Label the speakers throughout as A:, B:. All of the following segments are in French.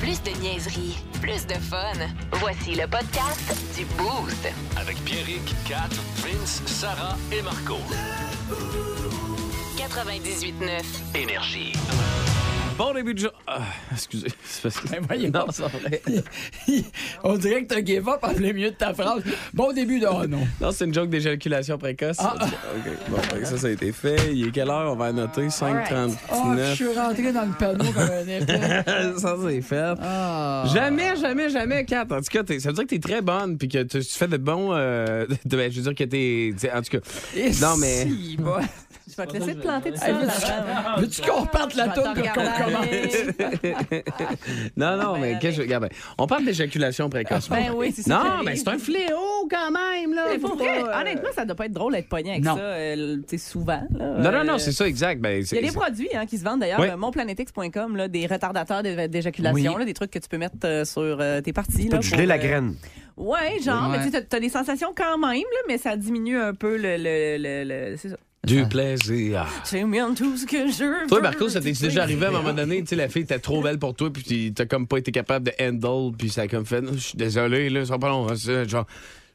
A: Plus de niaiserie, plus de fun. Voici le podcast du Boost.
B: Avec Pierrick, Kat, Vince, Sarah et Marco.
A: 98.9.
B: Énergie.
C: Bon début de jour. excusez. c'est parce que-
D: Ben voyons.
C: Non, c'est vrai.
D: On dirait que t'as give up en plein milieu de ta phrase. Bon début de oh non.
C: Non, c'est une joke d'éjaculation précoce.
D: Ah, ah.
C: OK. Bon, fait que ça, ça a été fait. Il est quelle heure? On va noter
D: Oh, je
C: 5h39.
D: suis rentré dans le panneau comme un épée.
C: ça, c'est fait.
D: Ah.
C: Jamais, jamais, jamais, Kat. En tout cas, t'es- ça veut dire que t'es très bonne puis que tu tu fais de bons. euh, de- ben, je veux dire que t'es. t'es- En tout cas. Non, mais-
D: Si, bon.
E: Je vais te laisser te planter tout
D: Hey,
E: seul.
D: veux-tu-
E: Laurent.
D: Veux-tu qu'on reparte la
E: Je vais
D: toune
E: te
D: pour qu'on commence?
E: regarder.
C: non, non,
E: Ben,
C: mais
E: avec.
C: qu'est-ce que je. Regarde, ben, on parle d'éjaculation précoce.
E: Ben oui, c'est ça
C: Non,
E: qui
C: mais
E: arrive.
C: c'est un fléau quand même, là.
E: Mais pour
C: Faut
E: vrai,
C: pas, euh,
E: honnêtement, ça doit pas être drôle d'être pogné avec
D: Non.
E: ça, euh, tu sais, souvent. là.
C: Non,
E: Euh,
C: non, non, c'est ça, exact. Ben,
E: Il y a
C: c'est-
E: des produits hein, qui se vendent d'ailleurs,
C: Oui.
E: euh, monplanetix.com, là, des retardateurs d'é- d'éjaculation,
D: Oui.
E: là, des trucs que tu peux mettre euh, sur euh, tes parties.
F: Pas
E: là,
F: de geler
E: pour,
F: la
E: euh,
F: graine.
E: Ouais, genre,
D: Ouais.
E: mais tu sais, t'as as des sensations quand même, là, mais ça diminue un peu le. le, le, le- c'est ça.
C: Du plaisir.
E: J'ai mis en tout ce que je.
C: Toi,
E: veux,
C: Marco, ça t'est
E: tu sais.
C: déjà arrivé à un moment donné, tu sais, la fille était trop belle pour toi, puis t'as comme pas été capable de handle, puis ça a comme fait, je suis désolé, là, ça sera pas long, hein, c'est genre,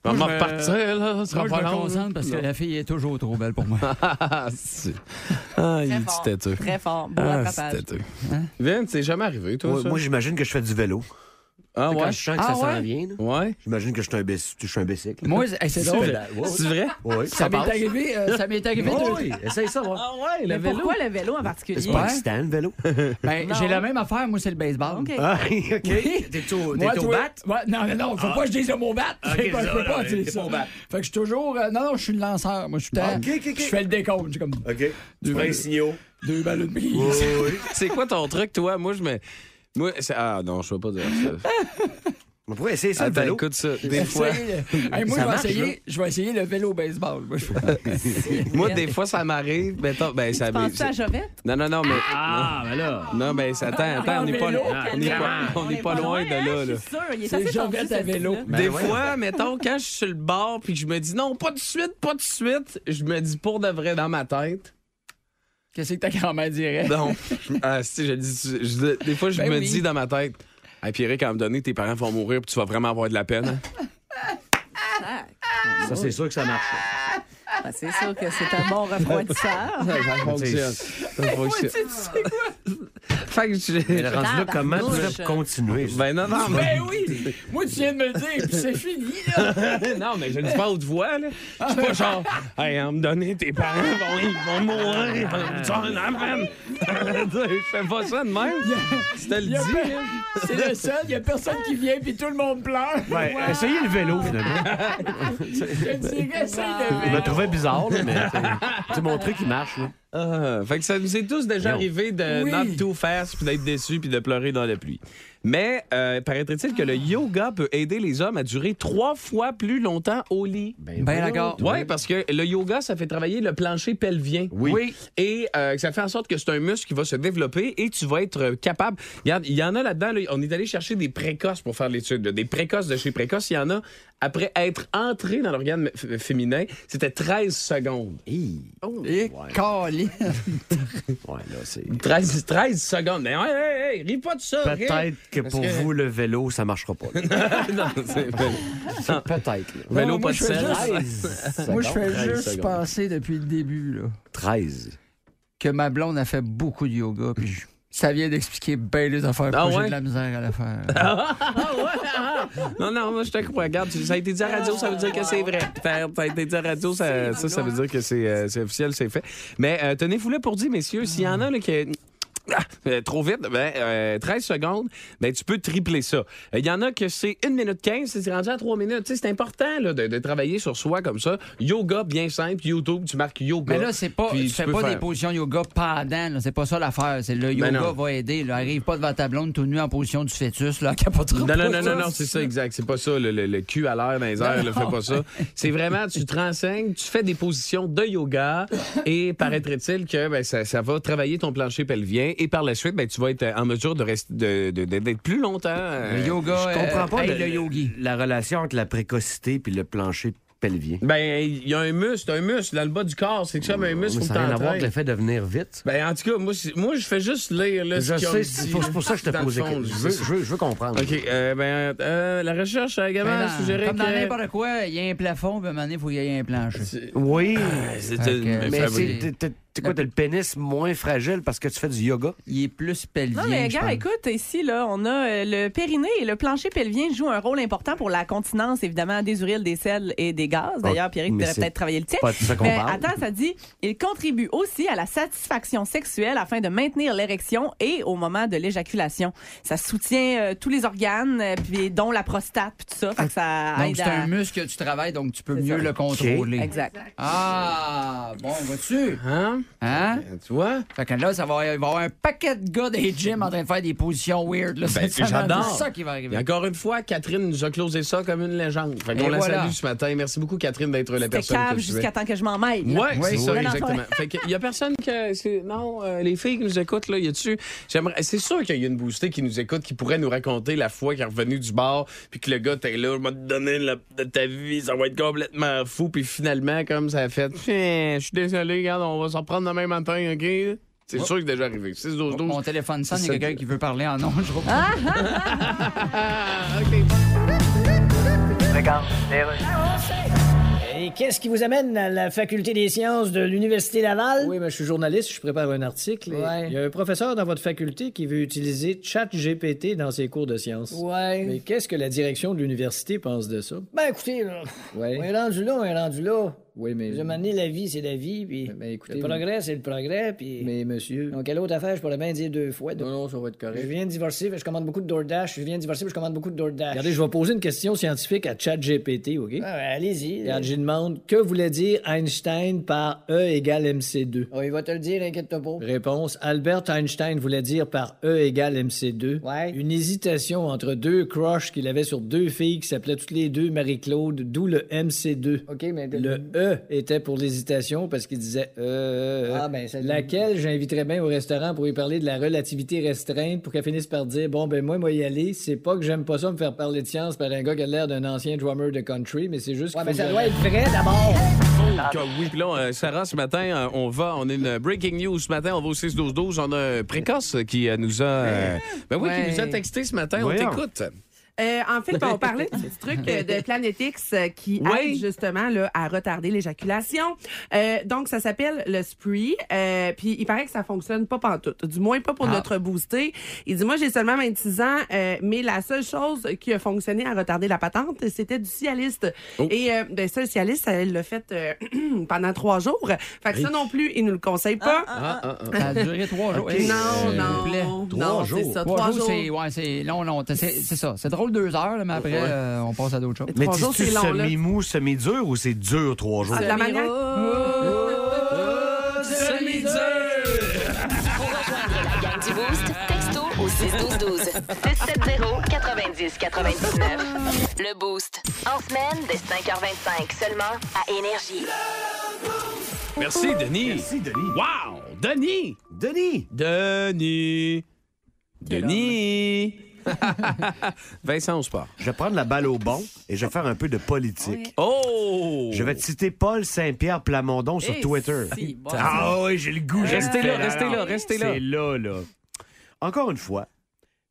C: on va
D: Moi, je me-
C: repartir, là, ça
D: Moi,
C: sera
D: je
C: pas
D: me
C: long.
D: concentre parce que la fille est toujours trop belle pour moi.
C: Ah, c'est- ah, il
E: Très
C: est
E: fort,
C: têteux.
E: Très fort. Bon
C: Ah,
E: attrapage.
C: c'est têteux.
E: Hein?
C: Vin, c'est jamais arrivé, toi,
F: Moi,
C: ça?
F: moi, j'imagine que je fais du vélo.
C: ah, ouais?
F: Quand je sens que
D: Ah
F: ça
D: ouais?
F: s'en vient, là,
C: Ouais?
F: j'imagine que je suis un, bicy- je suis un bicycle.
D: Moi, c'est- hey, c'est
F: Tu
D: drôle.
F: pédales. Ouais, ouais.
C: C'est vrai?
F: Ouais,
D: Ça m'est
F: passe.
D: arrivé, euh, ça m'est arrivé deux-
F: Oui, essaye ça, va.
C: Ah ouais,
E: Mais pourquoi le vélo en particulier?
F: C'est pas excitant, le vélo.
D: Ben,
E: Non.
D: j'ai la même affaire, moi, c'est le baseball.
E: OK.
F: Ah, OK. T'es au,
D: Moi,
F: t'es au
D: toi-
F: bat? Ah.
D: Ouais, non, non, non, faut pas que je dise le mot bat.
F: Ok,
D: je
F: ça,
D: peux
F: là,
D: pas dire
F: t'es
D: ça.
F: pas au bat. Ah,
D: Fait que je suis toujours. euh, non, non, je suis le lanceur. Moi, je suis tant-
F: Ok, ok, ok.
D: Je fais le décompte. J'ai comme
F: OK. Tu
G: Euh,
F: prends un signaux.
D: deux ballons de prise.
F: Oui, oui.
C: C'est quoi ton truc, toi? Moi, je me. Moi, c'est- ah non, je veux pas dire ça.
F: On pourrait essayer ça, le
C: Attends,
F: vélo.
C: écoute ça. Des
D: Essaye,
C: fois,
D: euh, hey, moi,
F: Ça
D: je vais,
F: marche, là.
D: essayer, je vais essayer le vélo baseball. moi, je-
F: Ah,
C: moi, des fois, ça m'arrive. mettons, Ben, ça
E: Tu penses à Jovette?
C: Non, non, non, mais.
F: Ah, ben là.
C: Non, Ah, mais ça, attends, attends, on n'est pas,
D: vélo,
C: on n'est pas, on n'est pas loin de là. là.
E: Je suis hein, sûr, il est
D: C'est
E: assez tendu,
D: Jovette
E: ce
D: à vélo.
E: style-là.
C: Des fois, mettons, quand je suis sur le bord puis que je me dis non, pas de suite, pas de suite, je me dis pour de vrai dans ma tête.
D: Qu'est-ce que ta grand-mère dirait?
C: Non. ah, si, je le dis, je- des fois, je
D: Ben
C: me
D: oui.
C: dis dans ma tête. Hey, Pierrick, à me donner, tes parents vont mourir puis tu vas vraiment avoir de la peine. hein?
F: Ça, c'est sûr que ça marche.
E: Ah, c'est sûr que c'est un bon refroidisseur.
C: ça fonctionne. Ça fonctionne. Fait
F: Mais
C: que
F: le
C: je...
F: rendu là,
E: Tabarnouche.
F: comment tu fais pour continuer?
C: Ben non, non, mais...
D: Ben oui! Moi, tu viens de me le dire, puis c'est fini, là!
C: non, mais je ne dis pas haute voix, là. Je suis pas genre, hey, à me donner, tes parents vont, ils vont mourir, ils vont- tu vas en apprendre. Je fais pas ça de même. Tu te le dis,
D: Y a pas-
C: là.
D: C'est le seul, il a personne qui vient, puis tout le monde pleure.
F: Ouais, essayez le vélo, finalement.
D: Je dirais, essaye le
F: Je
D: vélo.
F: le trouvais bizarre, là, mais tu sais, c'est mon truc qui marche. Là.
C: Ah, fait que ça nous est tous déjà
F: Non.
C: arrivé de
D: Oui.
C: not too fast, puis d'être déçu, puis de pleurer dans la pluie. Mais euh, paraîtrait-il que le yoga peut aider les hommes à durer trois fois plus longtemps au lit.
D: Ben d'accord.
C: Oui, parce que le yoga, ça fait travailler le plancher pelvien.
F: Oui. Oui.
C: Et euh, ça fait en sorte que c'est un muscle qui va se développer et tu vas être euh, capable. Regarde, il y en a là-dedans, là, on est allé chercher des précoces pour faire l'étude. là. Des précoces de chez précoces, il y en a après être entré dans l'organe f- féminin, c'était 13 secondes. Oh.
F: Hi.
D: Et calé.
F: Ouais, là, c'est...
C: 13, 13 secondes. Mais hey, hey, hey, ris pas de ça. ris.
F: Peut-être que pour
C: que-
F: vous, le vélo, ça marchera pas. là.
C: non, c'est-
F: Peut-être. là.
C: Vélo,
D: Non,
C: pas
D: moi,
C: de
D: je fais
C: sel.
D: juste-
F: 13
D: Moi, je fais
F: secondes.
D: juste penser depuis le début là,
F: 13.
D: que ma blonde a fait beaucoup de yoga. Puis je- ça vient d'expliquer bien les affaires.
C: Ah
D: que
C: ouais?
D: J'ai de la misère à la faire. Ah,
C: Non, non, moi, je te crois. Regarde, tu- ça a été dit à radio, ça veut dire que c'est vrai. Ça ça a été dit à radio, ça, ça, ça veut dire que c'est euh, c'est officiel, c'est fait. Mais euh, tenez-vous là pour dire, messieurs, s'il y en a là, qui. Ah, euh, trop vite, ben, euh, 13 secondes, ben, tu peux tripler ça. Euh, Il y en a que c'est 1 minute 15, c'est rendu à 3 minutes. Tu sais, c'est important là, de, de travailler sur soi comme ça. Yoga, bien simple. YouTube, tu marques yoga.
D: Mais là, c'est pas,
C: puis
D: tu fais
C: peux
D: pas
C: faire.
D: des positions yoga pendant, là. c'est pas ça l'affaire. C'est le
C: Ben
D: yoga
C: non.
D: va aider. Là. Arrive pas devant ta blonde tout nu en position du fœtus, là, capotera
C: Non,
D: pas,
C: non, non,
D: là.
C: non, non, c'est ça, exact. C'est pas ça, le, le- le cul à l'air dans les airs, là, fais pas ça. C'est vraiment, tu te renseignes, tu fais des positions de yoga et paraîtrait-il que ben, ça, ça va travailler ton plancher pelvien et par la suite, ben, tu vas être en mesure de rester, de, de- de- d'être plus longtemps.
D: Le
C: euh,
D: yoga,
F: Je comprends
D: euh,
F: pas
D: aide
F: le-
D: le, yogi.
F: La relation entre la précocité puis le plancher pelvien.
C: Ben, il y a un muscle, un muscle dans le bas du corps. C'est comme un muscle,
F: Oh, Mais ça
C: faut que
F: n'a rien à voir
C: t'entraînes.
F: avec le fait de venir vite.
C: Ben, en tout cas, moi, c'est- moi je fais juste lire là, ce
F: je
C: qu'ils ont
F: sais,
C: dit.
F: c'est pour, c'est pour ça que je te
C: Dans le
F: pose la
C: fond,
F: question. Je
C: c'est
F: veux,
C: ça.
F: je, veux, je veux comprendre.
C: OK, euh, ben, euh, la recherche a également
D: Ben,
C: suggéré
D: comme
C: que...
D: dans n'importe quoi, il y a un plafond, puis à un moment donné, il faut qu'il y ait un plancher.
F: Oui,
C: Eh, C'est
D: Ok.
C: une-
F: mais
D: Ben,
F: c'est
D: oui.
F: t'es- t'es- t'es quoi, t'as le pénis moins fragile parce que tu fais du yoga?
D: Il est plus pelvien.
E: Non, mais
D: je
E: gars,
D: pense.
E: écoute, ici, là, on a euh, le périnée et le plancher pelvien jouent un rôle important pour la continence, évidemment, des urines, des sels et des gaz. D'ailleurs, Pierrick,
F: Ah, mais
E: tu
F: c'est
E: peut-être travailler le tien.
F: pas de ça qu'on
E: Mais
F: parle.
E: attends, ça dit, il contribue aussi à la satisfaction sexuelle afin de maintenir l'érection et au moment de l'éjaculation. Ça soutient euh, tous les organes, euh, puis dont la prostate, puis tout ça. Fait que ça
D: Donc,
E: aide
D: c'est
E: à-
D: un muscle que tu travailles, donc tu peux
E: C'est
D: mieux
E: ça.
D: le contrôler.
E: Exact.
D: Ah, bon, vois-tu?
C: Hein?
D: Hein?
C: Tu vois?
D: Fait que là, ça va, il va y avoir un paquet de gars des gyms en train de faire des positions weird. Là, cette semaine.
C: Ben, j'adore.
D: C'est ça qui va
C: Et
D: arriver.
C: encore une fois, Catherine nous a closé ça comme une légende. Fait qu'on
D: Et
C: la
D: voilà.
C: salue ce matin. Merci beaucoup, Catherine, d'être la
E: C'était
C: personne
E: cave
C: que tu es.
E: jusqu'à temps que je m'en mêle.
C: Ouais, c'est
E: Oui.
C: ça,
E: Oui.
C: exactement. Fait qu'il y a personne que. c'est- Non, euh, les filles qui nous écoutent, là, y a-tu. J'aimerais. C'est sûr qu'il y a une boostée qui nous écoute qui pourrait nous raconter la fois qu'elle est revenue du bar, puis que le gars t'es là, je vais te donner la- de ta vie, ça va être complètement fou, puis finalement, comme ça a fait, Tiens, je suis désolé, regarde, on va s'en prendre demain matin, OK? C'est sûr que c'est déjà arrivé. 6 12 12
D: Mon téléphone sonne, il y
C: C'est
D: a
C: ça.
D: quelqu'un qui veut parler en Ah, nom. Je reprends.
H: Et qu'est-ce qui vous amène à la faculté des sciences de l'Université Laval?
G: Oui, mais je suis journaliste, je prépare un article. et
H: Ouais.
G: Il y a un professeur dans votre faculté qui veut utiliser ChatGPT dans ses cours de sciences.
H: Ouais.
G: Mais qu'est-ce que la direction de l'université pense de ça?
H: Ben écoutez, là,
G: Ouais.
H: on est rendu là, on est rendu là.
G: Oui, mais.
H: Je m'en ai la vie, c'est la vie, puis
G: Mais écoutez,
H: le progrès, c'est le progrès, puis...
G: Mais monsieur.
H: Donc, quelle autre affaire, je pourrais bien dire deux fois.
G: Non, non, ça va être
H: Je
G: correct.
H: viens de divorcer, puis je commande beaucoup de DoorDash. Je viens de divorcer, puis je commande beaucoup de DoorDash.
G: Regardez, je vais poser une question scientifique à ChatGPT, OK?
H: Ah, ouais, allez-y.
G: Regarde, je lui demande que voulait dire Einstein par E égale MC2?
H: Oh, il va te le dire, inquiète-toi pas.
G: Réponse. Albert Einstein voulait dire par E égale MC2
H: Ouais.
G: une hésitation entre deux crushs qu'il avait sur deux filles qui s'appelaient toutes les deux Marie-Claude, d'où le MC2.
H: OK, mais...
G: Le E était pour l'hésitation parce qu'il disait euh, euh,
H: Ah, ben, ça-
G: laquelle j'inviterais bien au restaurant pour lui parler de la relativité restreinte pour qu'elle finisse par dire bon ben moi moi y aller c'est pas que j'aime pas ça me faire parler de science par un gars qui a l'air d'un ancien drummer de country mais c'est juste
H: Ouais, mais
G: qu'il faut
H: ça
G: que
H: doit être vrai, d'abord.
F: Ah.
C: Que oui, puis là, euh, Sarah, ce matin, euh, on va, on est une breaking news ce matin, on va au 6-12-12. On a un précoce qui euh, nous a. euh, ben oui,
I: Ouais.
C: qui nous a texté ce matin,
F: Voyons.
C: on t'écoute.
I: Euh, en fait, on parlait de ce truc euh, de Planetix euh, qui
C: Oui.
I: aide justement là, à retarder l'éjaculation. Euh, donc, ça s'appelle le spree. Euh, Puis, il paraît que ça fonctionne pas pantoute. Du moins, pas pour
C: Ah.
I: notre boosté. Il dit, moi, j'ai seulement 26 ans, euh, mais la seule chose qui a fonctionné à retarder la patente, c'était du cialiste.
C: Oh.
I: Et euh, ben, ça, le cialiste, elle l'a fait euh, pendant trois jours. Fait que ça non plus, il nous le conseille pas.
C: Ah, ah, ah.
D: Ça a duré trois jours. Hey,
I: Non,
D: s'il vous plaît.
I: non,
F: Trois
I: non, c'est
F: jours.
I: ça.
D: Trois, jours,
I: jours.
D: c'est ouais, c'est long, long. C'est c'est ça. C'est drôle deux heures, là, mais après, euh, on passe à d'autres choses.
I: Mais Trois jours,
F: c'est
I: c'est long, là.
F: semi-mou, semi-dur ou c'est dur trois jours?
I: Ah, de la manière.
B: Oh,
A: Rejoignez la gang du Boost. Texto au 61212. 670 90 99. Le Boost. En semaine dès 5h25 seulement à Énergie.
C: Merci, Denis.
F: Oh, Merci, Denis.
C: Wow! Denis!
F: Denis!
C: Denis! Denis! Vincent au sport.
F: Je vais prendre la balle au bon et je vais faire un peu de politique.
C: Oh!
F: Je vais te citer Paul Saint-Pierre Plamondon sur
I: Eh,
F: Twitter.
I: si, bon.
F: ah oui, j'ai le goût. j'ai
C: Restez
F: le
C: là,
F: goût.
C: restez là, restez là.
F: C'est là, là. Encore une fois,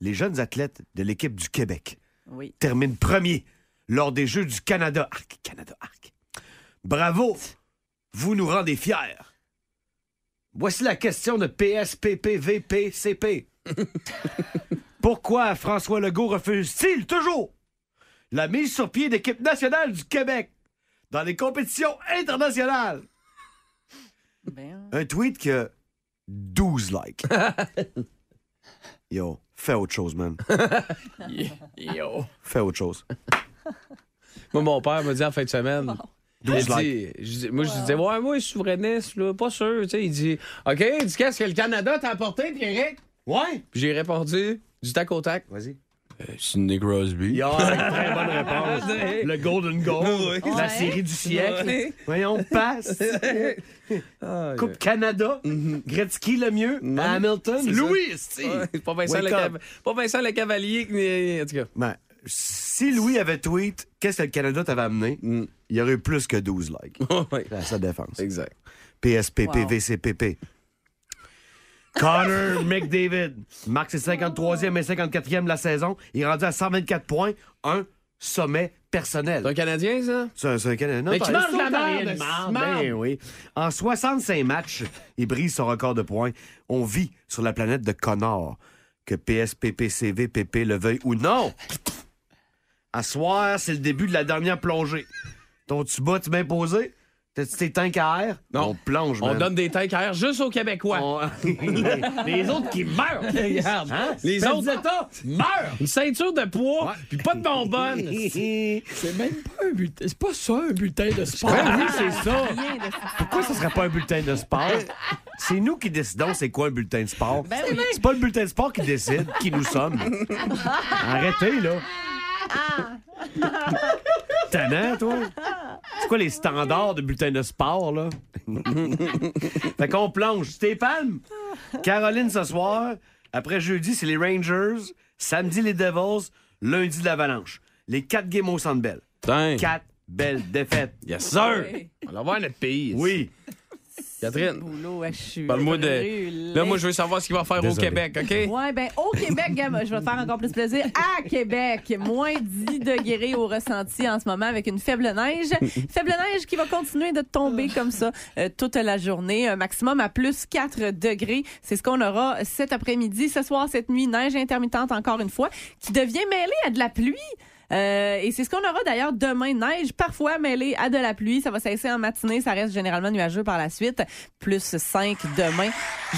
F: les jeunes athlètes de l'équipe du Québec
E: Oui.
F: terminent premier lors des Jeux du Canada. Arc, Canada, arc. Bravo! Vous nous rendez fiers. Voici la question de PSPPVPCP. Pourquoi François Legault refuse-t-il toujours la mise sur pied d'équipe nationale du Québec dans les compétitions internationales?
E: Ben,
F: Un tweet qui a 12 likes. Yo, fais autre chose, man.
C: Yo.
F: Fais autre chose.
C: Moi, mon père m'a dit en fin de semaine. il
F: Douze
C: dit-
F: likes.
C: je dis- moi, je disais, ouais, moi, je suis souverainiste, là, pas sûr. Tu sais, il dit, OK, dis qu'est-ce que le Canada t'a apporté, Pierrick?
F: Ouais.
C: Puis j'ai répondu, du tac au tac.
F: Vas-y.
C: Sidney Crosby.
F: très bonne réponse. Le Golden Goal,
C: Oui.
F: la
C: Ouais.
F: série du siècle.
C: Ouais.
F: Voyons, passe.
C: Ah.
F: Coupe Canada, Gretzky le mieux, Hamilton,
C: C'est ça.
F: Louis, esti.
C: Mhm. Ouais, pas, Vincent
F: Wake
C: le
F: up.
C: Cav- pas Vincent le Cavalier. mais- En tout cas.
F: Ben, si Louis avait tweet, qu'est-ce que le Canada t'avait amené,
C: Mm.
F: il y aurait eu plus que 12 likes. À sa défense.
C: Exact.
F: PSPP,
C: Wow.
F: VCPP. Connor McDavid marque ses 53e et 54e de la saison. Il est rendu à 124 points, un sommet personnel. C'est
C: un Canadien, ça?
F: C'est un, Canadien. Non,
C: Mais qui
F: pas-
C: mange
F: c'est
C: la
F: un Ontarien
C: merde,
F: de
C: c'est
F: merde. Ben
C: merde.
F: oui. En 65 matchs, il brise son record de points. On vit sur la planète de Connor. Que PSPP, CVPP le veuille ou non. À soir, c'est le début de la dernière plongée. Ton tuba, tu bien posé? T'as-tu tes tanks à air? On plonge,
C: On
F: man.
C: donne des tanks à air juste aux Québécois.
F: Les autres qui meurent.
C: Regarde.
F: Hein?
C: Les
F: Faites
C: autres meurent. Une ceinture de poids, puis pas de bonbonne.
D: C'est même pas un bulletin. C'est pas ça un bulletin de sport.
F: Ben oui, c'est ça. Pourquoi ce serait pas un bulletin de sport? C'est nous qui décidons c'est quoi un bulletin de sport.
D: Ben oui.
F: C'est pas le bulletin de sport qui décide qui nous sommes. Arrêtez, là. Tannant, toi. C'est quoi les standards de bulletin de sport, là? fait qu'on plonge. Stéphane, Caroline ce soir. Après jeudi, c'est les Rangers. Samedi, les Devils. Lundi, l'Avalanche. Les quatre games au Centre Bell. Quatre belles défaites.
C: Yes,
F: Ah,
C: sir. On va voir notre pays.
F: Oui.
C: Catherine.
E: Boulot, ouais, je suis
C: Parle-moi de.
E: brûlée.
C: Là, moi, je veux savoir ce qu'il va faire
F: Désolé.
C: au Québec, OK?
E: Ouais, ben au Québec, Gab, je vais te faire encore plus plaisir. À Québec, moins 10 degrés au ressenti en ce moment avec une faible neige. Faible neige qui va continuer de tomber comme ça euh, toute la journée. Un maximum à plus 4 degrés. C'est ce qu'on aura cet après-midi, ce soir, cette nuit. Neige intermittente encore une fois qui devient mêlée à de la pluie. Euh, et c'est ce qu'on aura d'ailleurs demain. Neige parfois mêlée à de la pluie. Ça va cesser en matinée. Ça reste généralement nuageux par la suite. Plus 5 demain.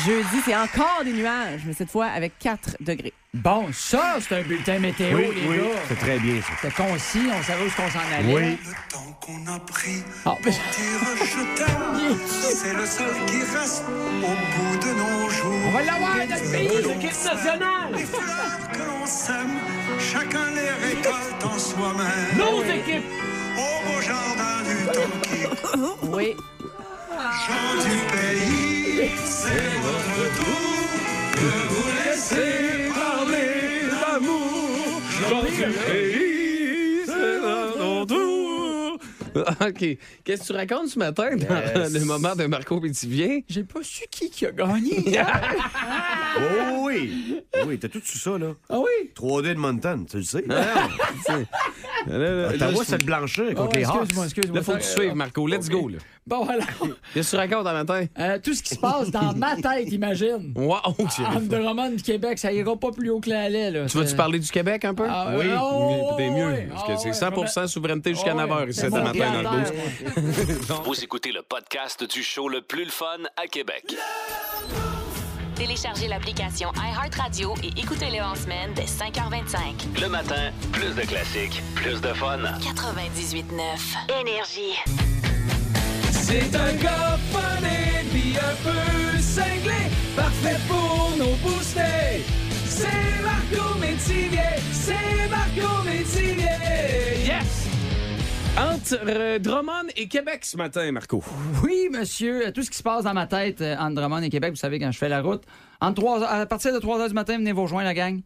E: Jeudi, c'est encore des nuages, mais cette fois avec 4 degrés.
D: Bon, ça, c'est un bulletin météo,
F: Oui,
D: les
F: oui,
D: gars.
F: c'est très bien, ça.
D: C'était concis, on savait où est-ce qu'on s'en allait.
F: Oui.
J: qu'on a pris
D: Ah,
J: pour dire je t'aime. C'est le seul qui reste au bout de nos jours.
D: On va l'avoir, notre pays,
J: Que
D: le
J: l'on
D: Christ
J: sème,
D: national.
J: Les fleurs que l'on sème, chacun les récolte en soi-même.
D: Nos équipes.
J: Au beau jardin du temps qui
E: Oui.
J: Chant du pays, c'est votre tour de vous laisser parler d'amour.
C: Chant du pays, c'est notre tour. OK. Qu'est-ce que tu racontes ce matin dans
D: Yes.
C: le moment de Marco Pétivien?
D: J'ai pas su qui qui a gagné.
F: Oh oui! Oui, t'as tout sous ça, là.
D: Ah oui? Ah,
F: 3D de Mountain, tu le sais. Ah,
C: là,
F: Ottawa,
C: là,
F: c'est le blanchir contre
D: Oh,
F: les Hawks.
D: excuse-moi, excuse-moi.
C: Là, faut que tu suives, Marco. Let's go, là.
D: Bon, alors,
C: Qu'est-ce que tu racontes un matin?
D: Ah, euh, tout ce qui se passe dans ma tête, imagine. Ah,
C: Wow, tu-
D: En Roman du Québec, ça ira pas plus haut que la allait, là.
C: Tu vas-tu parler du Québec un peu?
D: Euh, Ah, Oui. oh,
C: T'es mieux.
D: oui.
C: Parce
D: Ah,
C: que c'est
D: oui,
C: 100 souveraineté jusqu'à
D: Ah, oui.
C: 9h ici
D: C'est
C: ce
D: mon
C: matin dans le
D: pied à
C: boost.
B: Vous écoutez le podcast du show le plus le fun à Québec.
A: Téléchargez l'application iHeartRadio et écoutez-le en semaine dès 5h25.
B: Le matin, plus de classiques, plus de fun.
A: 98.9 Énergie.
J: C'est un gars fun et puis un peu cinglé, parfait pour nos booster. C'est Marco Métivier, c'est Marco Métivier.
C: Yes! Entre euh, Drummond et Québec ce matin, Marco.
D: Oui, monsieur, tout ce qui se passe dans ma tête euh, entre Drummond et Québec, vous savez, quand je fais la route, entre trois heures- à partir de 3 h du matin, venez vous rejoindre la gang.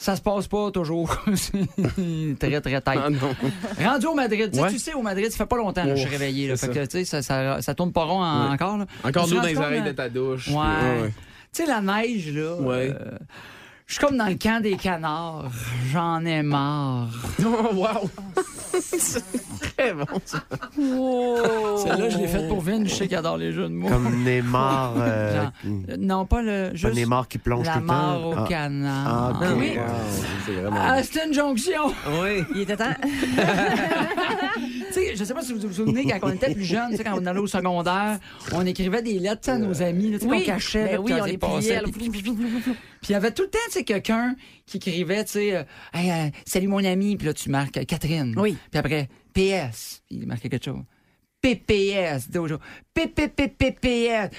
D: Ça se passe pas toujours. C'est très, très tight.
C: Ah non.
D: Rendu au Madrid. Tu sais,
C: Ouais.
D: Tu sais, au Madrid, ça fait pas longtemps que je suis
C: Oh,
D: réveillé. là.
C: c'est
D: fait
C: ça.
D: que, tu sais, ça, ça, ça tourne pas rond en-
C: Ouais.
D: encore. là.
C: Encore
D: Je
C: d'eau
D: me
C: dans les
D: rends compte,
C: oreilles
D: euh,
C: de ta douche.
D: Ouais.
C: Ouais.
D: Tu sais, la neige, là.
C: Ouais.
D: euh, je suis comme dans le camp des canards. J'en ai marre.
C: Oh, wow! c'est très bon, ça.
D: Celle-là, je l'ai faite pour Vin. Je sais qu'il adore les jeux de mots.
F: Comme Neymar. Euh,
D: Genre,
F: qui-
D: euh, Non, pas le.
F: pas
D: Juste
F: Neymar qui plonge
D: la
F: tout le temps.
D: mort au
F: Ah. Ah,
D: canard.
F: ok.
D: Oui.
F: Wow, c'est vraiment...
D: Ah, c'était une jonction.
C: Oui.
E: Il était temps.
D: Tu sais, je sais pas si vous vous souvenez, quand on était plus jeune, tu sais, quand on allait au secondaire, on écrivait des lettres tu sais, à nos amis, là, tu sais, qu'on cachait.
E: ben
D: là, puis
E: oui,
D: quand
E: on
D: ils
E: les
D: passaient,
E: pliait. là.
D: puis- Puis il y avait tout le temps, tu sais, quelqu'un qui écrivait, tu sais, euh, Hey, euh, salut mon ami, puis là, tu marques euh, Catherine. Oui. Puis après, PS, Puis il marquait quelque chose. PPS, Dojo. PPPPPS.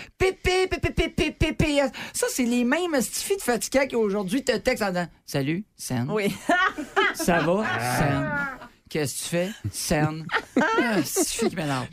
D: PPPPPPS. Ça, c'est les mêmes stifis de fatigants qui aujourd'hui te textent en disant Salut, Sen.
E: Oui.
D: Ça va, Sen. Qu'est-ce que tu fais, Sen? Ah, stifi qui m'énerve.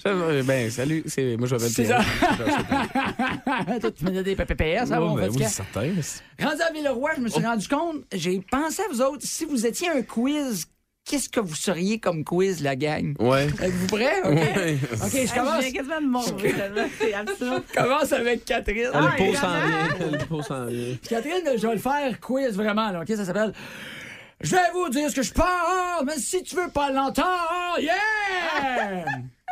C: Ben, salut, c'est... moi je m'appelle
D: C'est
C: Pierre.
D: Toi, tu me donnes des PPPS, ça va,
C: Ouais,
D: mon
C: ben, oui,
D: fatigant.
C: c'est certain. mais c'est-
D: Rendu à Villeroy, je me
C: Oh.
D: suis rendu compte, j'ai pensé à vous autres, si vous étiez un quiz, qu'est-ce que vous seriez comme quiz, la gang?
C: Ouais.
D: Êtes-vous prêts? OK,
C: Ouais.
D: OK,
E: Hey,
D: je commence.
E: Je viens quasiment de mourir, tellement c'est absurde.
D: je commence avec Catherine.
C: Ah, le pot s'en vient. Le pot s'en vient.
D: Catherine, je vais le faire quiz vraiment, là, OK? Ça s'appelle Je vais vous dire ce que je pense, mais si tu veux pas l'entendre, yeah!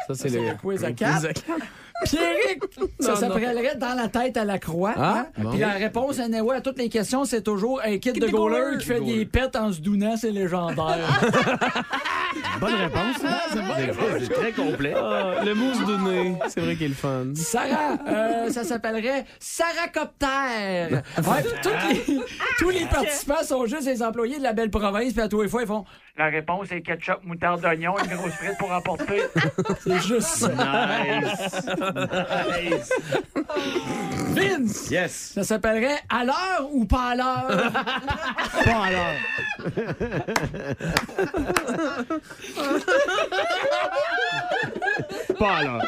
C: Ça, c'est le...
D: quiz à
C: le
D: quatre.
C: quiz à quatre.
D: Pierrick, ça
C: Non,
D: s'appellerait dans la tête à la croix.
C: Ah,
D: hein?
C: bon.
D: Puis la réponse anyway, à toutes les questions, c'est toujours un kid de
C: des
D: goaler
C: goalers.
D: qui fait
C: Goaler.
D: des pets en se dounant, c'est légendaire.
F: Bonne réponse.
C: hein?
F: C'est très complet.
C: Ah, le mousse donné, c'est vrai qu'il est le fun.
D: Sarah, euh, ça s'appellerait Saracopter. Ouais, puis toutes les- tous les participants sont juste des employés de la belle province, puis à tous les fois, ils font La réponse est ketchup, moutarde d'oignon, une grosse frite pour apporter. C'est juste ça.
F: Nice. Nice.
D: Vince,
F: Yes.
D: ça s'appellerait À l'heure ou pas à l'heure?
F: Bon alors. Pas alors.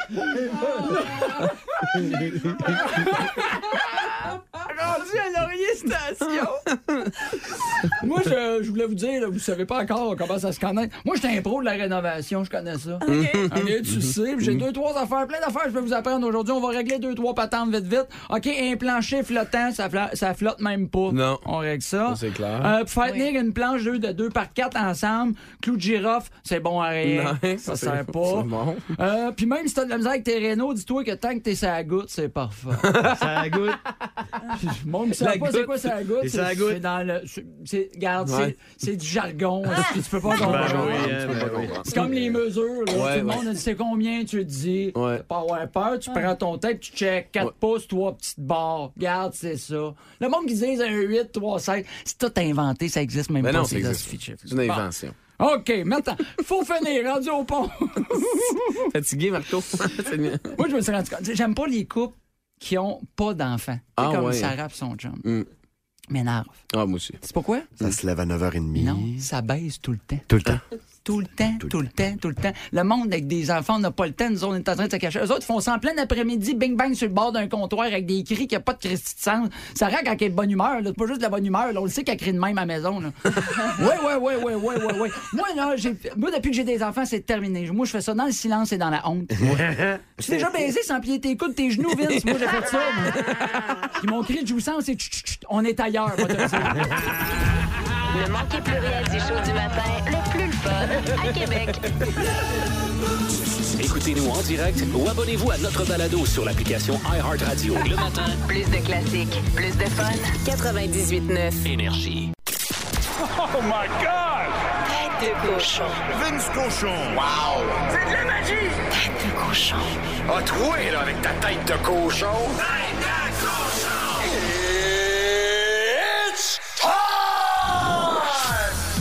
D: rendu à Laurier Station. Moi, je, je voulais vous dire, là, vous savez pas encore comment ça se connaît. Moi, j'étais un pro de la rénovation, je connais ça. OK, Mm-hmm. tu sais, puis j'ai deux, trois affaires, plein d'affaires, que je vais vous apprendre aujourd'hui. On va régler deux, trois patentes vite, vite. OK, un plancher flottant, ça, fla- ça flotte même pas.
C: Non.
D: On règle ça.
C: Ça, c'est clair.
D: Euh, pour faire tenir une planche d'œufs de 2 par 4 ensemble, clou de girofle, c'est bon à rien.
C: Non, hein,
D: ça
C: c'est-
D: sert pas.
C: c'est bon.
D: Euh, Puis même si t'as de la misère avec tes rénaux, dis-toi que tant que t'es sur la goutte, c'est parfait.
F: Ça goûte.
D: Monde qui savent
C: La
D: pas c'est
C: goutte.
D: quoi ça goutte.
F: Et
D: C'est
F: ça goûte.
D: c'est dans le. c'est- C'est, regarde,
C: Ouais.
D: c'est, c'est du jargon. est-ce que tu peux pas
F: Ben
D: comprendre.
F: oui, hein, ben oui.
D: C'est comme les mesures. là.
C: Euh, Ouais,
D: Tout le
C: ouais.
D: monde sait combien tu dis.
C: Ouais.
D: T'as Pas avoir peur, tu prends ton tête, tu check 4
C: Ouais.
D: pouces, 3 petites barres. Regarde, c'est ça. Le monde qui dit un 8, 3, 7, c'est tout inventé, ça existe même
C: Mais
D: pas.
C: Ben non,
D: ces
C: ça existe.
D: astuces de chiffres.
C: C'est une invention.
D: Bon. OK, maintenant, faut finir, rendu au pont.
C: Fatigué, Marco? C'est mieux.
D: Moi, je me suis rendu compte. J'aime pas les couples qui ont pas d'enfants. C'est
C: Ah,
D: comme
C: ouais.
D: Sarah et son chum.
C: Mm.
D: M'énerve.
C: Ah, moi aussi.
D: C'est pourquoi?
K: Ça se lève à 9h30.
D: Non, ça baisse tout le temps.
K: Tout le temps.
D: Tout le temps, tout le temps, tout le temps. Le monde avec des enfants, on n'a pas le temps. Nous, on est en train de se cacher. Eux autres font ça en plein après-midi, bing-bang sur le bord d'un comptoir avec des cris qu'il n'y a pas de Christy de sens. Ça rend quand elle est de bonne humeur. là. C'est pas juste de la bonne humeur. là. On le sait qu'elle crie de même à la maison. Là. ouais, ouais, ouais, ouais, ouais, ouais, ouais. Moi, là, j'ai- Moi, depuis que j'ai des enfants, c'est terminé. Moi, je fais ça dans le silence et dans la honte. Tu t'es déjà baisé sans plier tes coudes, tes genoux, Vince. Moi, j'ai fait ça. moi. Puis mon cri de jouissance, c'est Chut, chut, chut, on est ailleurs. va te le dire.
A: Ne manquez plus rien du show du matin, le plus le fun à Québec.
B: Écoutez-nous en direct ou abonnez-vous à notre balado sur l'application iHeartRadio. Le matin,
A: Plus de classiques, plus de fun. 98.9.
B: énergie.
A: Tête de cochon.
J: Vince Cochon. Wow! C'est de la magie!
A: Tête de cochon.
J: A troué, là, avec ta tête de cochon. Tête de cochon! It's time!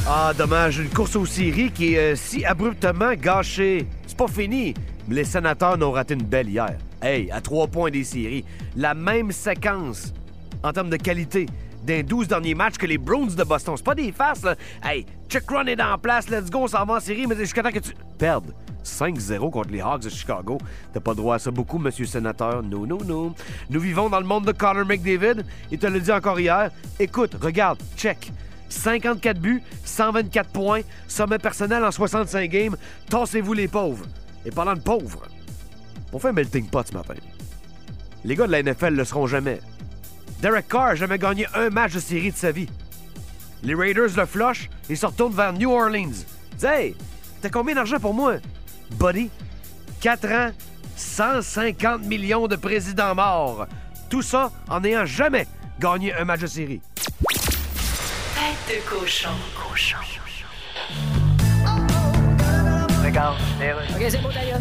F: Ah, dommage, une course aux séries qui est euh, si abruptement gâchée. C'est pas fini. Les sénateurs n'ont raté une belle hier. Hey, à trois points des séries. La même séquence en termes de qualité des 12 derniers matchs que les Browns de Boston. C'est pas des farces, là. Hey, check run est en place, let's go, on s'en va en série, mais jusqu'à temps que tu perdes. 5-0 contre les Hawks de Chicago. T'as pas droit à ça beaucoup, monsieur sénateur. Non, non, non. Nous vivons dans le monde de Connor McDavid. Il te le dit encore hier. Écoute, regarde, check. 54 buts, 124 points, sommet personnel en 65 games. Tassez-vous les pauvres. Et parlant de pauvres, on fait un melting pot ce matin. Les gars de la NFL le seront jamais. Derek Carr n'a jamais gagné un match de série de sa vie. Les Raiders le flush et se retournent vers New Orleans. Ils disent, Hey, t'as combien d'argent pour moi? Buddy, 4 ans, 150 millions de présidents morts. Tout ça en n'ayant jamais gagné un match de série.
A: Tête de cochon. Cochon.
H: OK, c'est bon, d'ailleurs.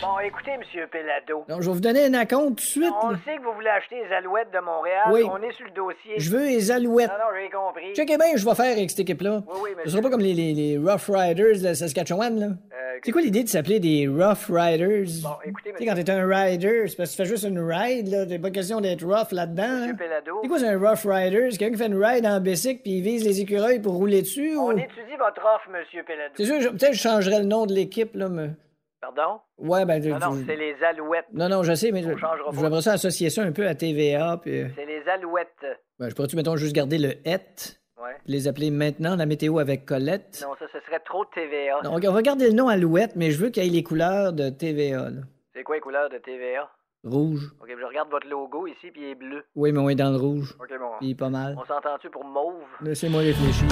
H: Bon, écoutez, Monsieur Pelado.
G: Donc, je vais vous donner un acompte tout de suite.
H: On le
G: là.
H: sait que vous voulez acheter les Alouettes de Montréal.
G: Oui.
H: On est sur le dossier.
G: Je veux les Alouettes.
H: Non, non, j'ai compris.
G: Checkez bien, je vais faire avec cette équipe-là. Ce sera pas comme les, les- les Rough Riders de Saskatchewan, là.
H: Euh,
G: c'est quoi l'idée de s'appeler des Rough Riders? Bon, écoutez, Tu sais, quand t'es un rider, c'est parce que tu fais juste une ride, là. T'as pas question d'être rough là-dedans. là. C'est quoi, c'est un Rough Rider? C'est quelqu'un qui fait une ride en bicycle puis il vise les écureuils pour rouler dessus?
H: On
G: ou-
H: étudie votre offre, Monsieur Pelado.
G: C'est sûr, je- peut-être je changerais le nom de l'équipe, là, mais...
H: Pardon?
G: Ouais, ben...
H: Non, non, c'est les Alouettes.
G: Non, non, je sais, mais je-
H: changera pas.
G: j'aimerais ça associer ça un peu à TVA, puis... euh,
H: C'est les Alouettes.
G: ben, je pourrais-tu, mettons, juste garder le « et »,
H: Ouais.
G: puis les appeler maintenant la météo avec Colette?
H: Non, ça, ce serait trop de TVA.
G: Non, on va garder le nom Alouette, mais je veux qu'il y ait les couleurs de TVA. là.
H: C'est quoi les couleurs de TVA?
G: Rouge.
H: OK, je regarde votre logo ici, puis il est bleu.
G: Oui, mais on est dans le rouge.
H: OK, bon.
G: Puis pas mal.
H: On s'entend-tu pour mauve?
G: Laissez-moi réfléchir.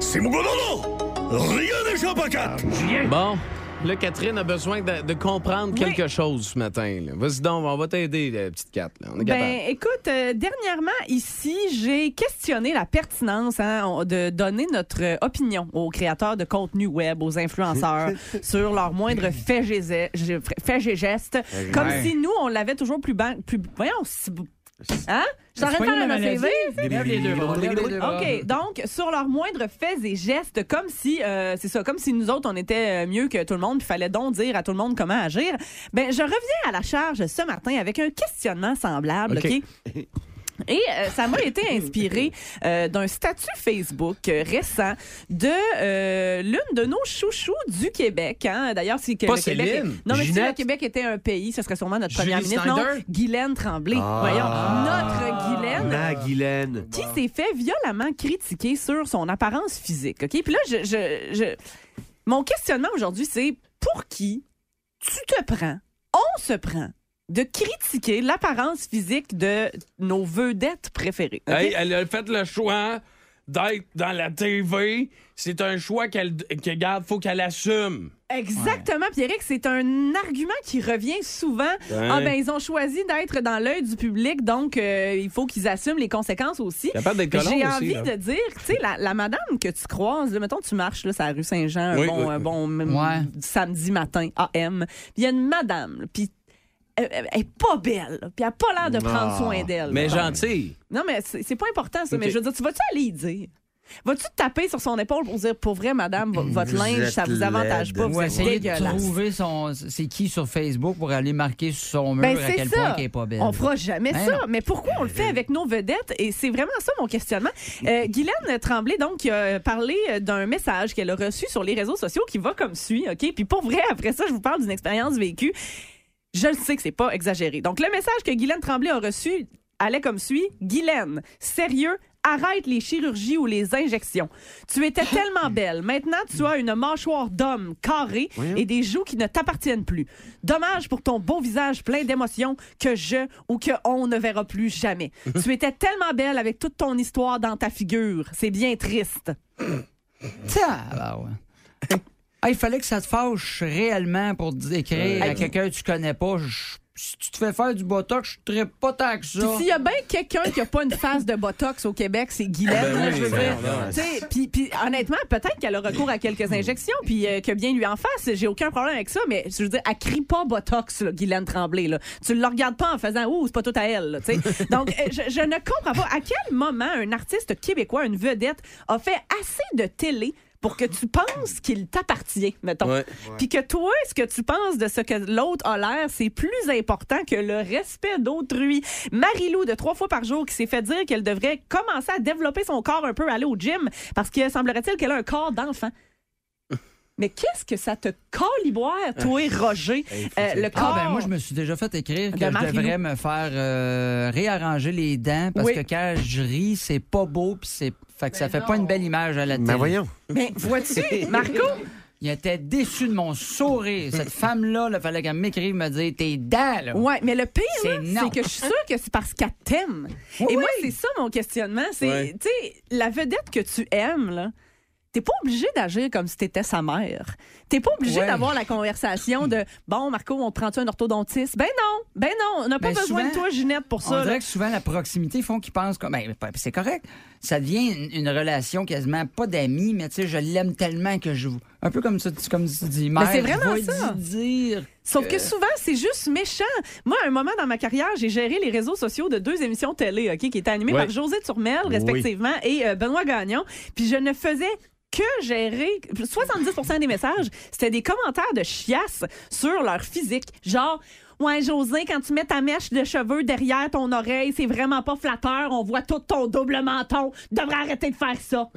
J: C'est mon Rien n'échappe à quatre!
C: Bon, là, Catherine a besoin de, de comprendre quelque chose ce matin. là. Vas-y donc, on va t'aider, la petite Cat. là. On est
E: Ben,
C: capable.
E: écoute, euh, dernièrement ici, j'ai questionné la pertinence hein, on- de donner notre euh, opinion aux créateurs de contenu web, aux influenceurs, sur leurs moindres faits et zé- gé- faits et gestes,
J: Ouais.
E: comme si nous, on l'avait toujours plus... ban- plus voyons, si- hein? Je suis en
D: C'est pas
E: train de faire
D: une
E: un
D: maladie.
E: CV. ça?
D: Lève les deux bras, lève les deux bras.
E: OK, donc, sur leurs moindres faits et gestes, comme si, euh, c'est ça, comme si nous autres, on était euh, mieux que tout le monde, puis fallait donc dire à tout le monde comment agir. Ben, je reviens à la charge ce matin avec un questionnement semblable,
J: OK.
E: OK? Et euh, ça m'a été inspiré euh, d'un statut Facebook euh, récent de euh, l'une de nos chouchous du Québec. hein. D'ailleurs, si que
C: Pas
E: le Québec,
C: Céline,
E: non mais si le
C: Ginette.
E: Québec était un pays, ce serait sûrement notre première
C: Julie
E: ministre. Non,
C: Snyder? Ah.
E: Guylaine Tremblay. Voyons, notre Guylaine
F: Ma Guylaine.
E: qui s'est fait violemment critiquer sur son apparence physique. OK? Puis là, je, je- je- mon questionnement aujourd'hui, c'est pour qui tu te prends, on se prend, de critiquer l'apparence physique de nos vedettes préférées? OK?
J: Hey, elle a fait le choix d'être dans la TV. C'est un choix qu'elle que, garde, faut qu'elle assume.
E: Exactement, Pierre. c'est un argument qui revient souvent.
J: Ouais.
E: Ah ben ils ont choisi d'être dans l'œil du public, donc euh, il faut qu'ils assument les conséquences aussi.
C: Capable d'être colon aussi,
E: J'ai envie
C: là.
E: de dire, tu sais, la, la madame que tu croises, là, mettons tu marches là, sur la rue Saint-Jean,
C: Oui,
E: un bon,
C: oui.
E: un bon m-
C: Ouais.
E: samedi matin AM, puis il y a une madame, là, puis elle, elle- elle est pas belle, là, puis elle a pas l'air de prendre
C: Ah,
E: soin d'elle.
C: Mais
E: Donc,
C: gentille.
E: non, mais c'est c'est pas important, ça.
C: Ok.
E: Mais je veux dire, tu vas-tu aller y dire? Vas-tu te taper sur son épaule pour dire, pour vrai, madame, vo- votre
D: Vous
E: linge, ça
D: êtes
E: vous avantage pas,
D: laide.
E: vous
D: Ou
E: êtes
D: essayer de
E: dégueulasse.
D: trouver son. C'est qui sur Facebook pour aller marquer sur son mur
E: Ben,
D: à
E: c'est
D: quel
E: ça.
D: point qu'elle est pas belle.
E: On fera jamais
D: Ben
E: ça.
D: non.
E: Mais pourquoi on le fait avec nos vedettes? Et c'est vraiment ça mon questionnement. Euh, Guylaine Tremblay, donc, qui a parlé d'un message qu'elle a reçu sur les réseaux sociaux qui va comme suit, OK? Puis pour vrai, après ça, je vous parle d'une expérience vécue. Je le sais que c'est pas exagéré. Donc, le message que Guylaine Tremblay a reçu allait comme suit. Guylaine, sérieux, arrête les chirurgies ou les injections. Tu étais tellement belle. Maintenant, tu as une mâchoire d'homme carrée et des joues qui ne t'appartiennent plus. Dommage pour ton beau visage plein d'émotions que je ou que on ne verra plus jamais. tu étais tellement belle avec toute ton histoire dans ta figure. C'est bien triste.
D: Tiens, Ah, il fallait que ça te fâche réellement pour décrire
E: Ouais.
D: à quelqu'un que tu connais pas. Je- Si tu te fais faire du botox, je ne pas tant que ça.
E: Puis S'il y a bien quelqu'un qui a pas une face de botox au Québec, c'est Guylaine.
D: Ben
E: là,
D: oui,
E: je veux
D: ben
E: dire.
D: non.
E: Tu sais, Puis puis honnêtement, peut-être qu'elle a recours à quelques injections, puis euh, que bien lui en fasse. J'ai aucun problème avec ça, mais je veux dire, elle crie pas botox, là, Guylaine Tremblay. Là. Tu ne le regardes pas en faisant Ouh, c'est pas tout à elle. là, tu sais. Donc, euh, je, je ne comprends pas à quel moment un artiste québécois, une vedette, a fait assez de télé pour que tu penses qu'il t'appartient, mettons.
J: Ouais.
E: Puis que toi, ce que tu penses de ce que l'autre a l'air, c'est plus important que le respect d'autrui. Marie-Lou, de trois fois par jour, qui s'est fait dire qu'elle devrait commencer à développer son corps un peu, aller au gym, parce que semblerait-il qu'elle a un corps d'enfant. Mais qu'est-ce que ça te caliboire, toi, Roger? Euh, le corps.
D: Ah, ben moi, je me suis déjà fait écrire que
E: De
D: je
E: Marie-Lou.
D: devrais me faire euh, réarranger les dents parce
E: Oui.
D: que quand je ris, c'est pas beau puis c'est. Fait que ça fait pas une belle image à la télé.
K: Ben voyons.
E: Mais vois-tu, Marco?
D: Il était déçu de mon sourire. Cette femme-là, il fallait qu'elle m'écrive, me dire tes dents, là.
E: Ouais, mais le pire,
D: C'est
E: là,
D: non.
E: c'est que je suis sûre que c'est parce qu'elle t'aime. Et moi, c'est ça mon questionnement. C'est,
D: Ouais.
E: tu sais, la vedette que tu aimes, là. T'es pas obligé d'agir comme si t'étais sa mère. T'es pas obligé
D: Ouais.
E: d'avoir la conversation de bon Marco, on te prend-tu un orthodontiste Ben non, ben non, on n'a pas
D: Ben,
E: besoin
D: souvent,
E: de toi, Ginette, pour
D: On
E: ça. là.
D: dirait que souvent, la proximité font qu'ils pensent que ben, ben, c'est correct. Ça devient une, une relation quasiment pas d'amis, mais tu sais, je l'aime tellement que je, Un peu comme ça, tu- comme tu dis,
E: Mais
D: mère.
E: Ben, c'est vraiment
D: va
E: ça.
D: di- Dire
E: Sauf que
D: que-
E: souvent, c'est juste méchant. Moi, à un moment dans ma carrière, j'ai géré les réseaux sociaux de deux émissions télé, OK, qui étaient animées
K: Ouais.
E: par José Turmel,
K: Oui.
E: respectivement, et euh, Benoît Gagnon. Puis je ne faisais que gérer 70 des messages, c'était des commentaires de chiasse sur leur physique. Genre, ouais, José, quand tu mets ta mèche de cheveux derrière ton oreille, c'est vraiment pas flatteur, on voit tout ton double menton. Tu devrais arrêter de faire ça.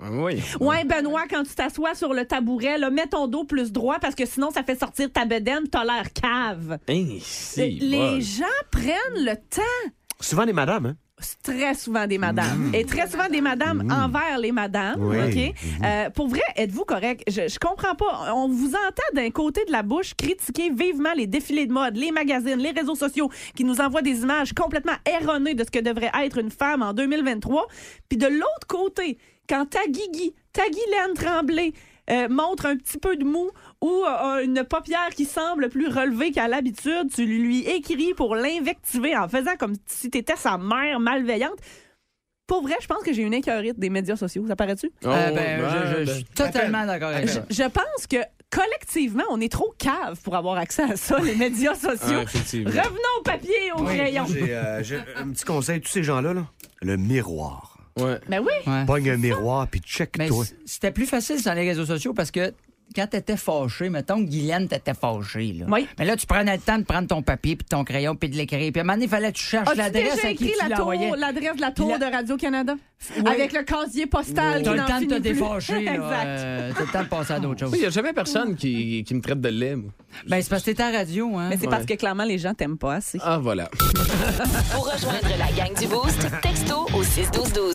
C: Ah Oui.
E: Ouais, Benoît, quand tu t'assois sur le tabouret, là, mets ton dos plus droit parce que sinon, ça fait sortir ta bedaine, t'as l'air cave.
C: Hey, si,
E: Les
C: bol.
E: gens prennent le temps,
F: Souvent des madames, hein?
E: c'est très souvent des madames, et très souvent des madames envers les madames,
F: Oui.
E: OK? Euh, pour vrai, êtes-vous correct? Je, je comprends pas. On vous entend d'un côté de la bouche critiquer vivement les défilés de mode, les magazines, les réseaux sociaux qui nous envoient des images complètement erronées de ce que devrait être une femme en 2023. Puis de l'autre côté, quand Taguigui, Taguilaine Tremblay euh, montre un petit peu de mou ou euh, une paupière qui semble plus relevée qu'à l'habitude, tu lui écris pour l'invectiver en faisant comme si t'étais sa mère malveillante. Pour vrai, je pense que j'ai une écœurite des médias sociaux. Ça paraît-tu?
D: Oh, Euh, ben, ben, je- je- je suis ben, totalement d'accord avec ça.
E: Je, je pense que collectivement, on est trop cave pour avoir accès à ça, les médias sociaux.
F: Ah, effectivement.
E: Revenons au papier, oh, au crayon.
F: J'ai euh, j'ai un petit conseil, tous ces gens-là, là, le miroir.
C: Ouais.
E: Ben oui.
F: Pogne un miroir puis
D: Mais
F: check-toi.
D: c- c'était plus facile sur les réseaux sociaux parce que quand t'étais fâché, mettons que Guylaine t'étais fâché. Là. Mais là, tu prenais le temps de prendre ton papier puis ton crayon puis de l'écrire. Puis à un moment donné, il fallait que tu cherches
E: As-tu
D: l'adresse
E: déjà
D: à qui
E: écrit
D: tu
E: la tour-
D: l'envoyais.
E: l'adresse de la tour
D: La-
E: de Radio-Canada?
D: Oui.
E: Avec le casier
D: T'as
E: postal. qui
D: le
E: n'en
D: temps de te
E: finit plus.
D: défâcher. là,
E: exact.
D: euh, T'as le temps de passer à d'autres choses.
C: Il n'y a jamais personne qui, qui me traite de lait, moi.
D: Ben, c'est parce que t'es à la radio. Hein?
E: Mais c'est parce que
C: Ouais.
E: clairement, les gens t'aiment pas assez.
C: Ah, voilà.
A: Pour rejoindre la gang du Boost, texto au 61212.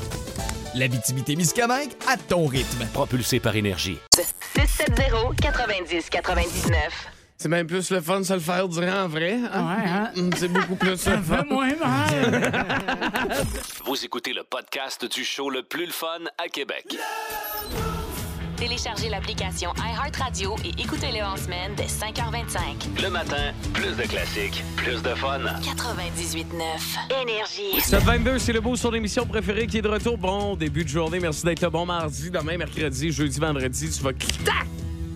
L: L'Abitibi-Témiscamingue à ton rythme.
B: Propulsé par énergie.
A: 670 90 99.
C: C'est même plus le fun de se le faire dire en vrai. hein? C'est beaucoup plus le fun.
B: Vous écoutez le podcast du show le plus le fun à Québec.
A: Téléchargez l'application iHeartRadio et écoutez-le en semaine dès 5h25.
B: Le matin, plus de classiques, plus de fun.
A: 98.9 Énergie.
C: 722, c'est le beau sur l'émission préférée qui est de retour. Bon début de journée, merci d'être là. Bon mardi, demain, mercredi, jeudi, vendredi, tu vas tac!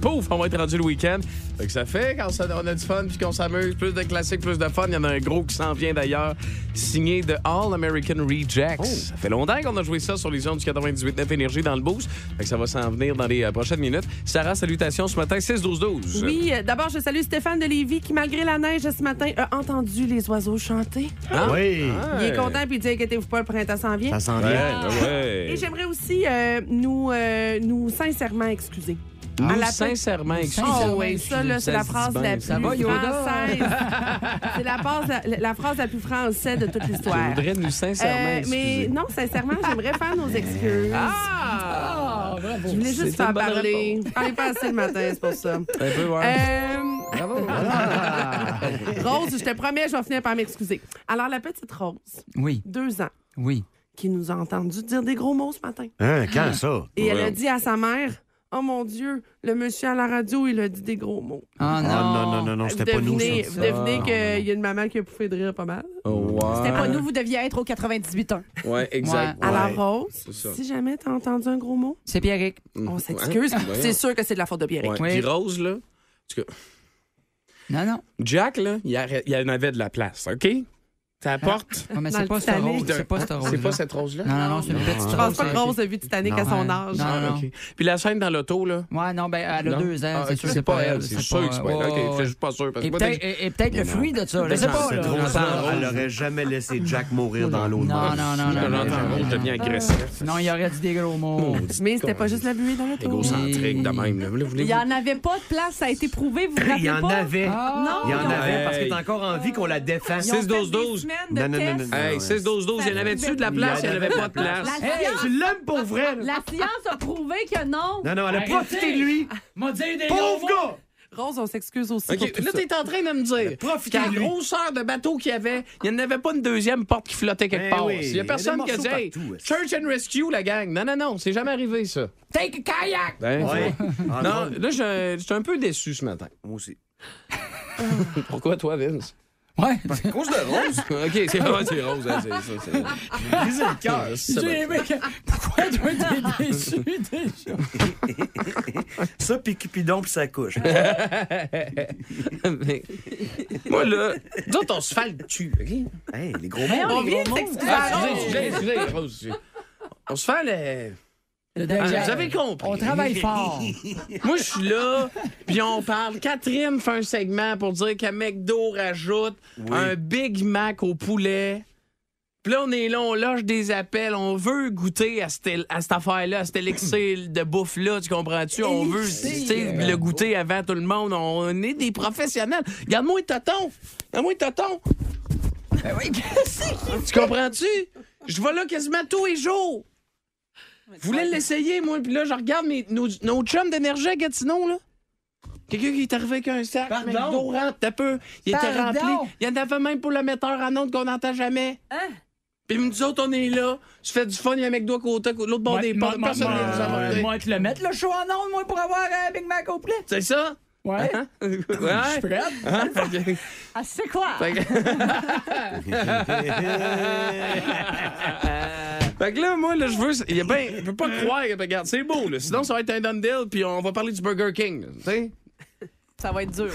C: Pouf, on va être rendu le week-end. Fait que ça fait quand ça- on a du fun puis qu'on s'amuse, plus de classiques, plus de fun. Il y en a un gros qui s'en vient d'ailleurs, signé de All American Rejects. Ça fait longtemps qu'on a joué ça sur les ondes du 98.9 Énergie dans le boost. Fait que ça va s'en venir dans les euh, prochaines minutes. Sarah, salutations ce matin, 6-12-12.
I: Oui, euh, d'abord, je salue Stéphane de Lévis qui, malgré la neige ce matin, a entendu les oiseaux chanter.
C: Ah. Oui.
I: Il est content puis il dit Inquiétez-vous pas, le printemps s'en vient. Ah.
C: Ça s'en vient. Ouais, ben ouais.
I: Et j'aimerais aussi euh, nous, euh, nous sincèrement excuser.
C: Nous
I: À la-
C: sincèrement excuser.
I: Oh, oui, ça, là, c'est
C: Ça
I: la
C: se
I: phrase
C: dit
I: la
C: bien,
I: plus
C: ça va, Yoda?
I: française. c'est la, phrase- la, la phrase la plus française de toute l'histoire.
C: Je voudrais nous sincèrement
I: Euh,
C: excuser.
I: Mais non, sincèrement, j'aimerais faire nos excuses.
C: Ah!
I: Je voulais juste
C: C'est une
I: faire
C: bonne
I: parler. Parler pas assez le matin, c'est pour ça.
C: Un peu, ouais.
I: Euh,
C: Bravo.
I: Rose, je te promets, je vais finir par m'excuser. Alors, la petite Rose,
D: Oui,
I: deux ans,
D: oui.
I: qui nous a entendu dire des gros mots ce matin.
F: Hein, quand ça?
I: Et elle a dit à sa mère Oh mon Dieu, le monsieur à la radio, il a dit des gros mots.
D: Ah non. Ah.
F: non, non, non, non, c'était pas nous.
I: Devinez,
F: ça.
I: vous devinez
C: Ah,
I: qu'il y a une maman qui a pouffé de rire pas mal.
C: Oh,
E: C'était pas nous, vous deviez être au 98 ans.
C: Ouais, exact.
I: Ouais. Alors,
C: Ouais.
I: Rose,
C: C'est ça.
I: si jamais t'as entendu un gros mot,
D: c'est Pierrick.
I: On s'excuse.
C: Mm. Ouais.
I: C'est sûr que c'est de la faute de Pierrick.
C: Ah, Ouais. Puis Rose, là. en tout cas,
D: Non, non.
C: Jack, là, il y, a- il y en avait de la place, OK? Ça porte.
D: Ouais, mais c'est pas cette rose. C'est pas cette rose.
C: C'est pas cette rose-là?
D: Non, non, non, c'est une petite rose.
I: Je pense pas que Rose a vu Titanic à son âge.
D: Ah, Non, non, non.
C: Ah, OK. Puis la scène dans l'auto, là.
D: Ouais, non, ben, elle a
C: Non?
D: deux ans.
C: Ah,
D: c'est
C: ok,
D: sûr que
C: c'est pas elle. C'est sûr que c'est pas elle.
D: ouais,
C: OK,
D: ouais.
C: je suis pas Ben, sûr. parce que
D: Et
C: moi,
D: peut-être
C: t'as-
D: et- et peut-être le fruit de ça. Je sais pas.
F: Cette
D: là.
F: grosse-là, elle aurait jamais laissé Jack mourir dans l'eau. Ah.
D: Non, non, non, non, non,
C: J'entends
D: non,
C: Rose
D: non.
C: devient agressif.
D: Non, il aurait dit des gros mots.
I: Mais c'était pas juste la buée dans le
C: Des grosses intrigues de même. là. Voulez-vous-
E: Il y en avait pas de place, ça a été prouvé, vous vous rappelez
F: Il y en
E: pas?
F: avait.
D: Ah.
E: Non,
F: Il y en
E: ils ont
F: avait
C: fait-
F: parce qu'il est encore en vie qu'on la défend.
E: Ils ont fait des
C: 6-12-12.
E: semaines de
F: Non, non, non, non,
E: tests. Euh,
F: non.
C: Hey, 6-12-12, il y en avait-tu de la place? Il n'y en avait pas de place.
D: Eh,
E: La
F: Hey,
E: science,
F: tu l'aimes pour vrai. là.
E: la science a prouvé que non.
F: Non, non, elle a profité de lui.
D: M'a dit des
F: Pauvre gars!
I: Rose, on s'excuse aussi.
C: OK,
I: pour tout
C: là,
I: ça.
C: t'es en train de me dire qu'à
I: lui.
C: grosseur de bateau qu'il y avait, il n'y en avait pas une deuxième porte qui flottait quelque
I: Ben
C: part.
I: oui,
C: Il
I: il y
C: n'y
I: a
C: a
I: des
C: personne qui a
I: morceaux
C: dit Hey,
I: partout,
C: Search and Rescue, la gang. Non, non, non, c'est jamais arrivé, ça.
D: Take a kayak!
C: Ben,
J: Ouais.
C: c'est-
J: En
C: Non,
J: drôle.
C: là, je je suis un peu déçu ce matin. Moi aussi. Pourquoi toi, Vince?
D: Ouais.
C: Ben, À cause de Rose. OK, c'est ouais, c'est Rose. hein, c'est ça, c'est- J'ai brisé le cœur. C'est bon.
J: J'ai aimé que- Pourquoi toi, t'es déçu déjà?
K: Ça, puis Cupidon, puis sa couche.
C: Mais- Moi, là, nous autres, on se fait le cul, OK?
K: Hey, les gros
F: Ben,
J: mots.
C: On
J: Les
C: vient de
J: gros mots.
C: s'excuser.
J: Ah,
C: Ah,
J: Rose.
C: excusez, excusez, Rose, excusez. On se fait le...
J: Le dégel.
C: Ah, vous avez compris.
J: On travaille fort.
C: Moi, je suis là, puis on parle. Catherine fait un segment pour dire qu'à McDo rajoute un Big Mac au poulet. Puis là, on est là, on loge des appels. On veut goûter à cette, à cette affaire-là, à cet élixir de bouffe-là, tu comprends-tu? On veut tu sais, le goûter avant tout le monde. On est des professionnels. Regarde-moi le toton! Regarde-moi le toton! oui, Tu comprends-tu? Je vais là quasiment tous les jours. Vous voulez l'essayer, moi, puis là, je regarde mes, nos, nos chums d'énergie à Gatineau, là. Quelqu'un qui est arrivé avec un sac,
J: Pardon?
C: McDo rentre, t'as peu. Il était
J: Pardon?
C: rempli. Il y en avait même pour le metteur en onde qu'on n'entend jamais. Hein? Puis nous autres, on est là. Tu fais du fun, il y a un McDo à côté, à l'autre bord
D: Moi-
C: des
D: moi-
C: portes.
D: moi-
C: Personne ne vient nous
D: moi-
C: aborder.
D: Moi, te le mettre, le show en ondes, moi, pour avoir un Big Mac au poulet.
C: C'est ça?
D: Ouais.
C: Hein? Ouais.
D: Je suis prête.
C: Hein? Fait que-
D: Ah, c'est quoi?
C: Fait que... Fait que là, moi, là, je veux. Il y a ben, je peux pas croire. que- Regarde, c'est beau, là. Sinon, ça va être un done deal, puis on va parler du Burger King, là, tu sais?
E: Ça va être dur.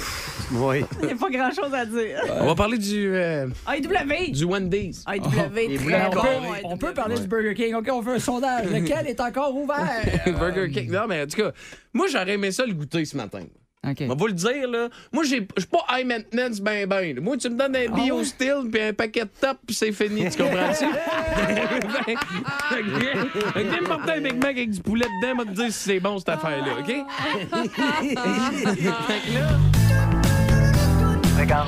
C: Oui.
E: Il n'y a pas grand-chose à dire.
C: On va parler du. euh,
E: AEW.
C: du Wendy's. Ah,
E: AEW,
D: Mais
E: très
D: on,
E: bon.
D: peut, on peut parler du Burger King. OK, on fait un sondage. Lequel est encore ouvert?
C: Burger King. Non, mais en tout cas, moi, j'aurais aimé ça le goûter ce matin.
D: OK.
C: On va vous le dire, là. Moi, j'ai- je suis pas high maintenance ben ben. là. Moi, tu me donnes un bio style puis un paquet de top puis c'est fini. Tu comprends-tu? Ben, fait que viens- fait que viens me porter un Big Mac avec du poulet dedans, va te dire si c'est bon, cette affaire-là, OK? Fait que là,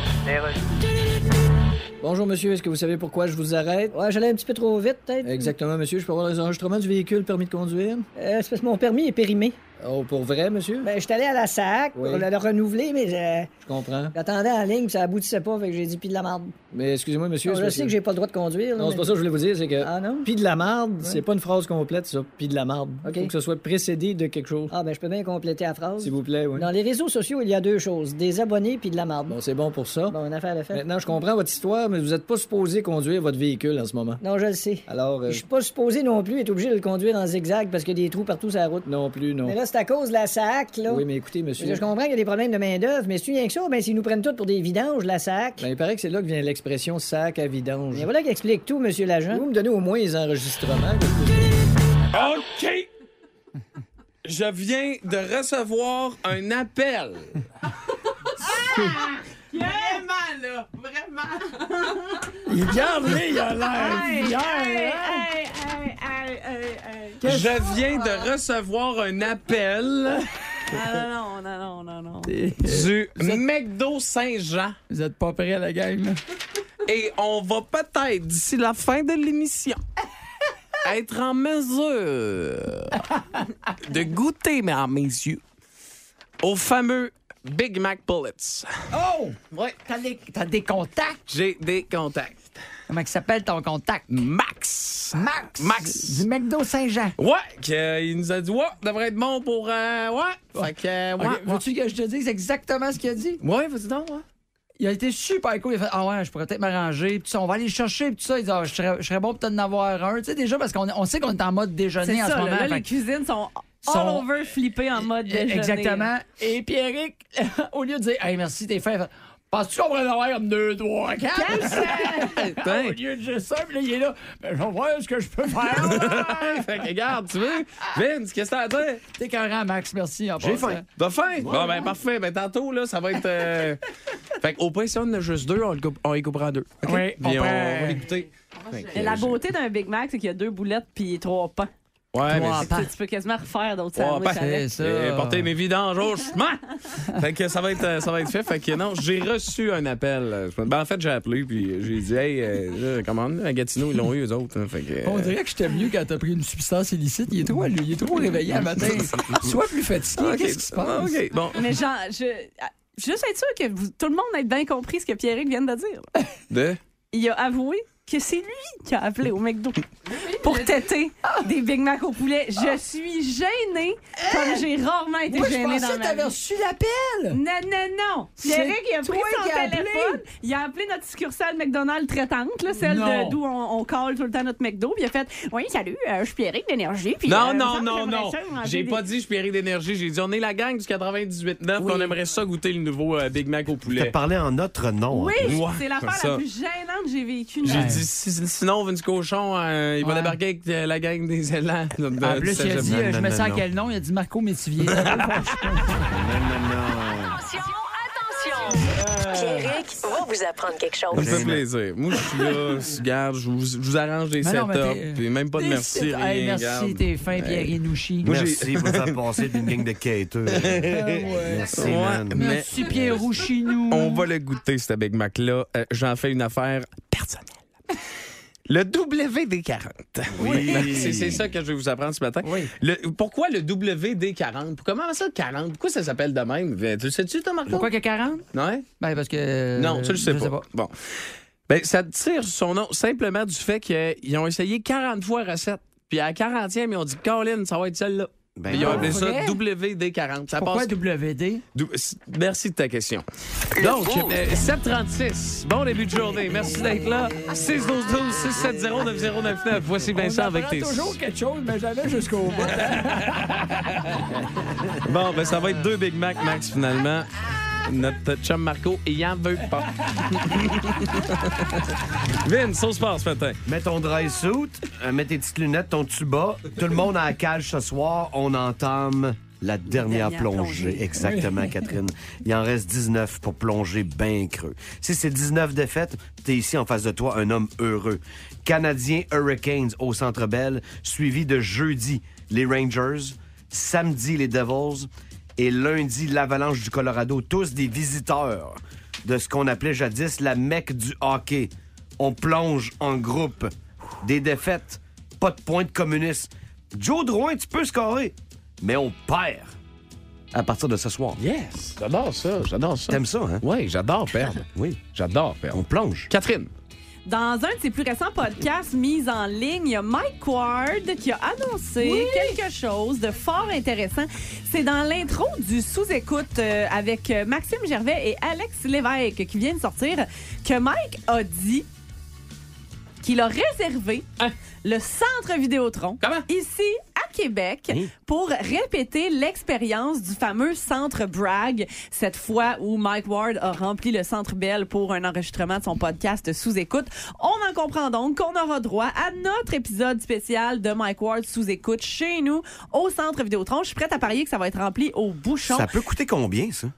G: Bonjour, monsieur. Est-ce que vous savez pourquoi je vous arrête? Ouais, j'allais un petit peu trop vite, peut-être. Exactement, monsieur. Je peux avoir les enregistrements du véhicule, permis de conduire?
H: Euh, c'est parce que mon permis est périmé.
G: Oh, pour vrai, monsieur?
H: Ben, je suis allé à la SAC
G: Oui.
H: pour le, le renouveler, mais euh,
G: Je comprends.
H: j'attendais en ligne, puis ça aboutissait pas, fait que j'ai dit pis de la merde.
G: Mais excusez-moi, monsieur.
H: Non,
G: c'est
H: je
G: parce
H: sais que j'ai pas le droit de conduire. là,
G: Non, c'est
H: mais-
G: pas ça que je voulais vous dire, c'est que.
H: Ah non?
G: Pis de la marde, c'est
H: Ouais.
G: pas une phrase complète, ça. Pis de la marde.
H: OK.
G: Faut que ce soit précédé de quelque chose.
H: Ah, ben, je peux bien compléter la phrase.
G: S'il vous plaît, oui.
H: Dans les réseaux sociaux, il y a deux choses des abonnés puis de la marde.
G: Bon, c'est bon pour ça.
H: Bon, une affaire de fait.
G: Maintenant, je comprends votre histoire, mais vous êtes pas supposé conduire votre véhicule en ce moment.
H: Non, je le sais.
G: Alors, euh,
H: Je suis pas supposé non plus être obligé de le conduire en zigzag parce qu'il y a des trous partout sur la route.
G: non plus, non.
H: Mais là, c'est à cause de la SAC, là.
G: Oui, mais écoutez, monsieur.
H: Je comprends qu'il y a des problèmes de main-d'œuvre, mais si rien que ça, ben, s'ils nous prennent toutes pour des vidanges, la SAC.
G: Ben, il paraît que c'est là que vient l'expression sac à vidange.
H: Mais voilà qui explique tout, monsieur l'agent.
G: Vous me donnez au moins les enregistrements.
C: OK! Je viens de recevoir un appel.
I: Vraiment, là. Vraiment.
C: Il garde, lui, il a l'air
I: Hey,
C: fier,
I: hey,
C: hein?
I: hey, hey, hey, hey, hey.
C: Je viens de recevoir un appel Euh,
E: Ah, non, non, non, non, non, non.
C: du McDo Saint-Jean.
D: Vous êtes pas prêts, la gang, là?
C: Et on va peut-être, d'ici la fin de l'émission, être en mesure de goûter, mais à mes yeux, au fameux Big Mac Bullets.
D: Oh!
C: Ouais.
D: T'as des, t'as des contacts?
C: J'ai des contacts.
D: Comment il s'appelle ton contact?
C: Max.
D: Max.
C: Max.
D: Du McDo Saint-Jean.
C: Ouais, qu'il nous a dit, ouais, devrait être bon pour. euh, ouais. Fait que, euh, ouais.
D: Ah. Ok, Veux-tu que je te dise exactement ce qu'il a dit?
C: Ouais, vas-y donc, ouais.
D: Il a été super cool. Il a fait Ah ouais, je pourrais peut-être m'arranger. Puis ça, on va aller le chercher. Puis tout ça, il dit Ah, je, serais, je serais bon peut-être d'en avoir un. Tu sais, déjà, parce qu'on est- on sait qu'on est en mode
E: C'est
D: déjeuner en
E: ça,
D: ce moment.
E: là, là,
D: Fait
E: les
D: que-
E: cuisines sont all
D: sont- E-,
E: over flippées en mode déjeuner.
D: Exactement. Et Pierrick, au lieu de dire Hey, merci, t'es fin, il fait, Penses-tu qu'on pourrait en avoir deux, trois, quatre? cinq?
C: Putain.
D: Au lieu de juste ça, puis là, il est là. Ben, je vais voir ce que je peux faire.
C: fait que, regarde, tu veux? Vince, qu'est-ce que t'as à dire?
D: T'es carré, Max, merci. en
C: J'ai
D: passant.
C: faim. T'as faim? Bon, ben, parfait. Ben, tantôt, là, ça va être. euh, fait qu'au pire, si on en a juste deux, on, le coupe- on y coupera en deux. OK?
D: Oui, on
C: Puis on,
D: peut-
C: va l'écouter. euh,
E: La beauté d'un Big Mac, c'est qu'il y a deux boulettes puis trois pains.
C: Ouais, mais
E: Tu peux- Tu peux quasiment refaire d'autres sandwichs avec.
C: hein. J'ai porté mes vidanges au chemin. fait que ça va être euh, ça va être fait. Fait que non, j'ai reçu un appel. euh, je me- Ben, en fait, j'ai appelé puis j'ai dit hey, euh, là, comment à Gatineau ils l'ont eu eux autres. hein. fait que, euh,
M: On dirait que j'étais mieux quand t'as pris une substance illicite. Il est trop, lui, il est trop réveillé à matin. Sois plus fatigué.
C: Ah, Ok,
M: Qu'est-ce qui se passe?
C: ok, bon.
E: Mais genre, je... ah, juste être sûr que vous- tout le monde ait bien compris ce que Pierrick vient de dire.
C: de-
E: Il a avoué que c'est lui qui a appelé au McDo pour têter des Big Mac au poulet. Je suis gênée comme j'ai rarement
M: Ah. Hein?
E: été
M: Moi, je
E: gênée
M: pensais
E: dans
M: que
E: ma
M: t'avais
E: vie.
M: reçu l'appel.
E: Non, non, non.
M: C'est
E: Pierrick, il a
M: toi
E: pris son
M: qui as appelé.
E: téléphone. Il a appelé notre succursale McDonald's traitante, là, celle
C: Non.
E: de- d'où on, on call tout le temps notre McDo. Puis il a fait Oui, salut, euh, je suis Pierrick d'Énergie. puis,
C: non,
E: euh,
C: non,
E: il me
C: non,
E: semble que
C: non.
E: j'aimerais ça manger
C: J'ai
E: des-
C: pas dit je péris d'énergie. J'ai dit on est la gang du 98.9 on aimerait ça goûter le nouveau euh, Big Mac au poulet.
F: T'as parlé en notre nom.
E: Oui,
F: en plus.
E: c'est l'affaire la plus gênante que j'ai vécue.
C: J'ai
E: là.
C: dit si- sinon Vince Cochon euh, il va
M: Ouais.
C: débarquer avec euh, la gang des élans.
M: En plus, il a dit, euh, je me sens à quel nom? Il a dit Marco Métivier.
A: Attention, attention! Pierrick va vous apprendre quelque
C: Ça me
A: chose.
C: fait plaisir. Moi, je suis là, je garde, je vous, je vous arrange des
M: Mais non, mais t'es-
C: setups, puis même pas de
M: Des
C: merci,
M: setups.
C: rien.
M: Hey, merci,
C: garde.
M: t'es fin,
C: Hey.
M: Pierre Inouchi.
C: Moi, j'ai-
K: Merci pour faire passer d'une gang de quêteux. Merci,
C: Ouais,
K: man.
C: mais-
M: Merci, Pierrot, chez nous.
C: On va le goûter, ce Big Mac-là. Euh, J'en fais une affaire personnelle. Le WD-40.
J: Oui.
C: C'est c'est ça que je vais vous apprendre ce matin. Le- pourquoi le WD-40? Comment ça, 40? Pourquoi ça s'appelle de même? Euh, Tu le sais-tu, toi, Marco?
M: Pourquoi que 40?
C: Ouais?
M: Ben, parce que.
C: Non, tu le sais
M: je
C: pas. Bon. Ben, ça tire son nom simplement du fait qu'ils ont essayé 40 fois recette. Puis à la 40e, ils ont dit Colin, ça va être celle-là. Puis ils
M: Ben
C: ont
M: non.
C: appelé ça
M: Vrai?
C: WD-40. Ça
M: Pourquoi
C: passe.
M: WD?
C: Dou- s- ben, Merci de ta question. Donc, euh, 736, bon début de journée. Merci d'être là. 612-670-9099. Voici Vincent avec tes.
M: toujours quelque chose, mais jamais jusqu'au bout. hein.
C: Bon, ben ça va être deux Big Mac Max finalement. Notre chum Marco, il en veut pas. Vince, on se passe ce matin.
F: Mets ton dry suit, euh, mets tes petites lunettes, ton tuba. Tout le monde à la cage ce soir. On entame la dernière,
K: dernière
F: plongée.
K: plongée.
F: Exactement,
K: Oui.
F: Catherine. Il en reste 19 pour plonger bien creux. Si c'est 19 défaites, t'es ici en face de toi, un homme heureux. Canadien Hurricanes au Centre Bell, suivi de jeudi les Rangers, samedi les Devils et lundi l'Avalanche du Colorado. Tous des visiteurs de ce qu'on appelait jadis la Mecque du hockey. On plonge en groupe. Des défaites, pas de points de communistes. Joe Drouin, tu peux scorer, mais on perd à partir de ce soir.
C: Yes! J'adore ça, j'adore ça.
F: T'aimes ça, hein?
C: Oui, j'adore Ben, perdre.
F: oui,
C: j'adore perdre.
F: On plonge.
C: Catherine.
E: Dans un de ses plus récents podcasts mis en ligne, il y a Mike Ward qui a annoncé quelque chose de fort intéressant. C'est dans l'intro du sous-écoute euh, avec euh, Maxime Gervais et Alex Lévesque qui viennent sortir que Mike a dit qu'il a réservé
F: Hein?
E: le centre Vidéotron ici à Québec pour répéter l'expérience du fameux centre Bragg, cette fois où Mike Ward a rempli le centre Bell pour un enregistrement de son podcast sous écoute. On en comprend donc qu'on aura droit à notre épisode spécial de Mike Ward sous écoute chez nous au centre Vidéotron. Je suis prête à parier que ça va être rempli au bouchon.
F: Ça peut coûter combien, ça?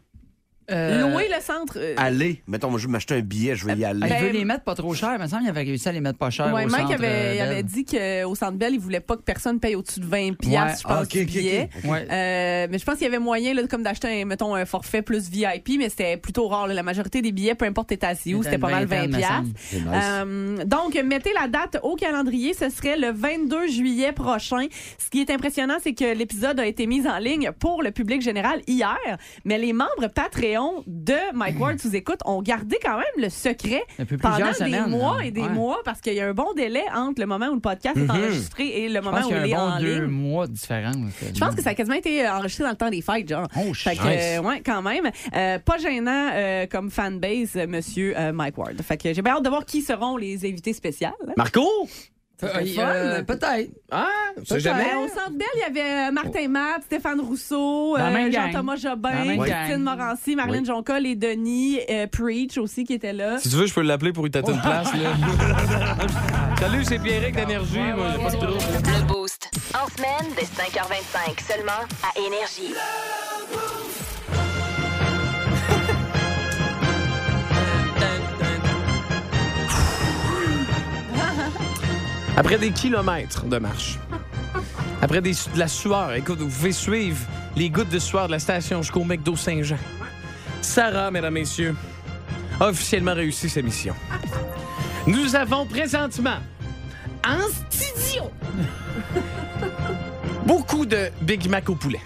E: Louer le centre. euh,
F: Aller. Mettons, je vais m'acheter un billet, je vais y aller.
E: Ben,
M: Il veut les mettre pas trop cher. Il me semble qu'il avait réussi à les mettre pas cher.
E: Ouais,
M: au
E: Mike
M: centre,
E: avait, il
M: euh,
E: avait
M: Bell.
E: dit qu'au Centre Bell, il voulait pas que personne paye au-dessus de 20 piastres, je
M: Ouais, ah,
E: pense,
M: ok,
E: du
M: ok, ok.
E: billet.
M: Ouais.
E: Euh, mais je pense qu'il y avait moyen, là, comme d'acheter, un, mettons, un forfait plus VIP, mais c'était plutôt rare. là. La majorité des billets, peu importe t'es assis où,
M: C'était
E: c'était pas mal
M: une
E: 20
M: vingtaine,
E: piastres.
M: me semble.
E: Euh, donc, mettez la date au calendrier. Ce serait le 22 juillet prochain. Ce qui est impressionnant, c'est que l'épisode a été mis en ligne pour le public général hier, mais les membres Patreon de Mike Ward sous écoute ont gardé quand même le secret
M: Depuis plusieurs
E: pendant
M: semaines,
E: des mois
M: hein.
E: et des
M: Ouais.
E: mois parce qu'il y a un bon délai entre le moment où le podcast
M: Mhm.
E: est enregistré et le
M: Je
E: moment
M: pense
E: où
M: qu'il
E: il
M: y
E: est
M: a un bon
E: en
M: deux
E: ligne.
M: mois de différence.
E: Je pense que ça a quasiment été enregistré dans le temps des fêtes, genre.
M: Oh,
E: Fait que,
M: nice.
E: euh, ouais, quand même. Euh, pas gênant euh, comme fanbase, euh, monsieur euh, Mike Ward. Fait que j'ai bien hâte de voir qui seront les invités spéciales.
C: Marco?
E: serait
M: Euh,
E: fun.
M: euh, Peut-être. Oh.
C: Ah,
E: Peut-être. Ben, Au centre d'elle, il y avait euh, Martin Matt, Stéphane Rousseau, euh,
M: Dans la même gang.
E: Jean-Thomas
M: Dans la
E: Jobin,
M: même
E: Christine
M: gang.
E: Morancy, Marlène
C: Oui.
E: Jonca, les Denis, euh, Preach aussi qui était là.
C: Si tu veux, je peux l'appeler pour lui tâter une place. Là. Salut, c'est Pierrick d'Énergie. Moi, j'ai pas de trouble.
A: Le Boost. En semaine, dès 5h25, seulement à Énergie.
C: Après des kilomètres de marche, Après des su- de la sueur, écoute, vous pouvez suivre les gouttes de sueur de la station jusqu'au McDo Saint-Jean. Sarah, mesdames, messieurs, a officiellement réussi sa mission. Nous avons présentement en studio beaucoup de Big Mac au poulet.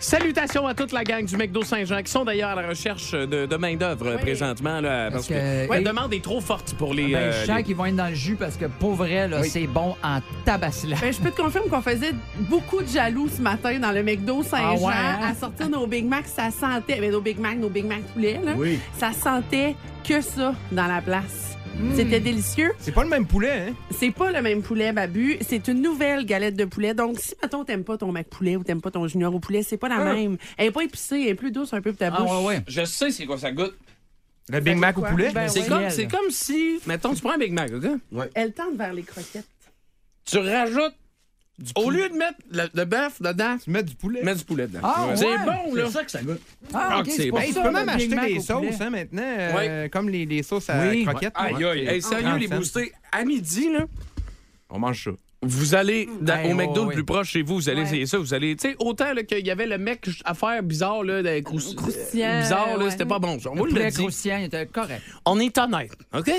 C: Salutations à toute la gang du McDo Saint-Jean qui sont d'ailleurs à la recherche de, de main-d'œuvre euh, présentement. Là, parce
D: Parce
C: que,
D: que-
C: ouais,
D: et-
C: la demande est trop forte pour les.
D: Ben,
C: euh,
D: je sens
C: les-
D: qu'ils vont être dans le jus parce que pour vrai, là,
C: Oui.
D: c'est bon en tabaslac.
I: Ben, je peux te confirmer qu'on faisait beaucoup de jaloux ce matin dans le McDo Saint-Jean
D: Ah ouais, hein?
I: à sortir nos Big Mac. Ça sentait, ben, nos Big Mac, nos Big Mac poulet, là,
N: Oui.
I: ça sentait que ça dans la place.
D: Hmm.
I: C'était délicieux.
N: C'est pas le même poulet, hein?
I: C'est pas le même poulet, Babu. C'est une nouvelle galette de poulet. Donc, si, mettons, t'aimes pas ton Mac poulet ou t'aimes pas ton junior au poulet, c'est pas la
C: Ah.
I: même. Elle est pas épicée, elle est plus douce un peu pour
D: Ah
I: ta bouche.
C: Je sais c'est quoi ça goûte.
N: Le Big Mac au
I: quoi?
N: poulet?
I: Ben
C: c'est
I: oui.
C: comme, c'est comme si, mettons, tu prends un Big Mac, OK?
I: Elle tente vers les croquettes.
C: Tu rajoutes, au lieu de mettre le, le bœuf dedans, tu
N: mets du poulet.
C: Mets du poulet dedans.
N: Ah,
C: c'est
N: ouais,
C: bon, là.
N: c'est ça que ça goûte.
C: Ah, ok, c'est bon.
N: Hey, tu peux même acheter des sauces hein, maintenant, euh, comme les, les sauces à
C: Oui.
N: croquettes.
C: Aïe,
N: là.
C: aïe. Hey, sérieux, les
N: 30 cents.
C: boostés, à midi, là,
N: On mange ça.
C: Vous allez dans-
N: Hey,
C: au McDo
N: ouais,
C: le
N: ouais.
C: plus proche chez vous, vous allez essayer ça, vous allez, tu sais, autant là, qu'il y avait le mec à faire bizarre là, de crous-
D: Croustillant,
C: bizarre là,
D: ouais.
C: c'était pas bon. On
D: Le
C: vous
D: poulet
C: le dit.
D: croustillant il était euh, correct.
C: On est honnête, OK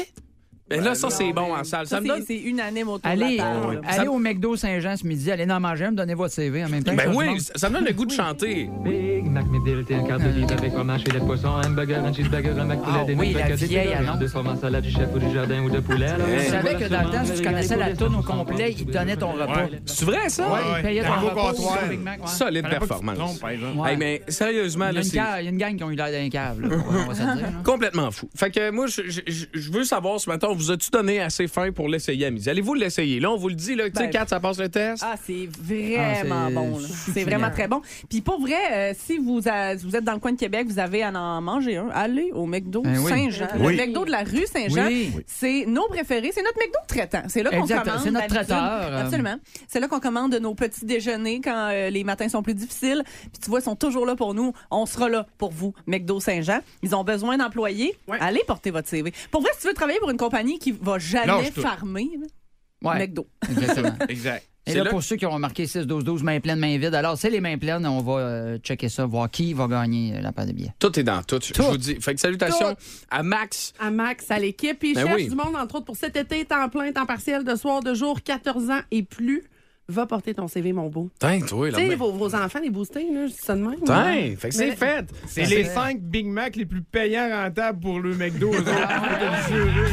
C: Ben là ça
D: non,
C: c'est bon en salle, ça,
E: Ça,
C: me
E: c'est-
C: donne Ah,
E: c'est unanime autour
D: Allez, euh,
E: de la table. là.
D: allez au McDo Saint-Jean ce midi, allez en manger un, me donnez votre CV en même temps.
C: Ben
D: Ça, je
C: oui,
D: mange.
C: ça ça me donne le goût de chanter.
O: Big Mac, McDLT, un quart de livre avec fromage et des poissons, un burger, un cheeseburger, un McPoulet,
D: Ah
O: des
D: oui, la
O: McBuckets, des
D: vieille
O: pizzerias,
D: annonce.
O: deux formes en salade du chef ou du jardin ou de poulet. alors,
C: Eh,
D: Je
O: voilà
D: savais que dans le temps, si tu
O: sûrement
D: connaissais la
O: régalé.
D: tourne au complet, ils te donnaient ton repas.
C: C'est vrai ça
D: Ouais, ils payaient ton repas. aussi,
C: comptoir.
D: au Big Mac, ouais.
C: Solide
D: Fallait pas que tu te
C: performance.
D: trompes, par exemple.
C: Hey, mais sérieusement
D: Il y,
C: là
D: a une hein.
C: c'est
D: cave- il y a une gang qui ont eu l'air d'un cave. là. On va se le dire.
C: Complètement fou. Fait que moi, je, je- je- je veux savoir ce matin, on vous a-tu donné assez faim pour l'essayer à midi? Allez-vous l'essayer? Là, on vous le dit, là, tu sais,
E: Ben,
C: Kat, ça passe le test.
E: Ah, c'est vraiment
C: Ah, c'est
E: bon. là. C'est vraiment très bon. Puis pour vrai, euh, si vous, a- vous êtes dans le coin de Québec, vous avez à en manger un, allez au McDo
D: Ben oui.
E: Saint-Jean.
D: Oui.
E: Le McDo de la rue Saint-Jean,
D: Oui.
E: c'est nos préférés. C'est notre McDo traitant. C'est là qu'on
D: Exact.
E: commande.
D: C'est notre
E: d'habitude.
D: traiteur, euh.
E: Absolument. C'est là qu'on commande nos petits déjeuners quand euh, les matins sont plus difficiles. Puis tu vois, ils sont toujours là pour nous. On sera là pour vous, McDo Saint-Jean. Ils ont besoin d'employés. Allez porter votre CV. Pour vrai, si tu veux travailler pour une compagnie qui va jamais
D: Lâche tout.
E: farmer, là,
D: Ouais.
E: McDo.
D: Exactement.
N: Exact.
D: Et
N: C'est
D: là,
N: là-
D: pour ceux qui ont marqué 6-12-12, main pleine, main vide, alors c'est les mains pleines, on va euh, checker ça, voir qui va gagner euh, la paire de billets.
C: Tout est dans tout. Je- Je vous dis. Fait que salutations à Max.
I: À Max, à l'équipe. Puis ils
C: Ben
I: cherchent
C: oui.
I: du monde, entre autres, pour cet été, temps plein, temps partiel, de soir, de jour, 14 ans et plus. Va porter ton CV, mon beau.
C: Tain, toi,
I: Tu
C: là.
I: sais,
C: ben-
I: vos, vos enfants, les boostés, là, je dis ça de même.
C: Tain,
I: Ouais.
C: fait que
I: Mais-
C: c'est fait.
N: C'est
C: Ça,
N: les
C: c'est-
N: 5 Big Mac les plus payants rentables pour le McDo. eux autres.
C: Ah.
N: C'est délicieux, eux.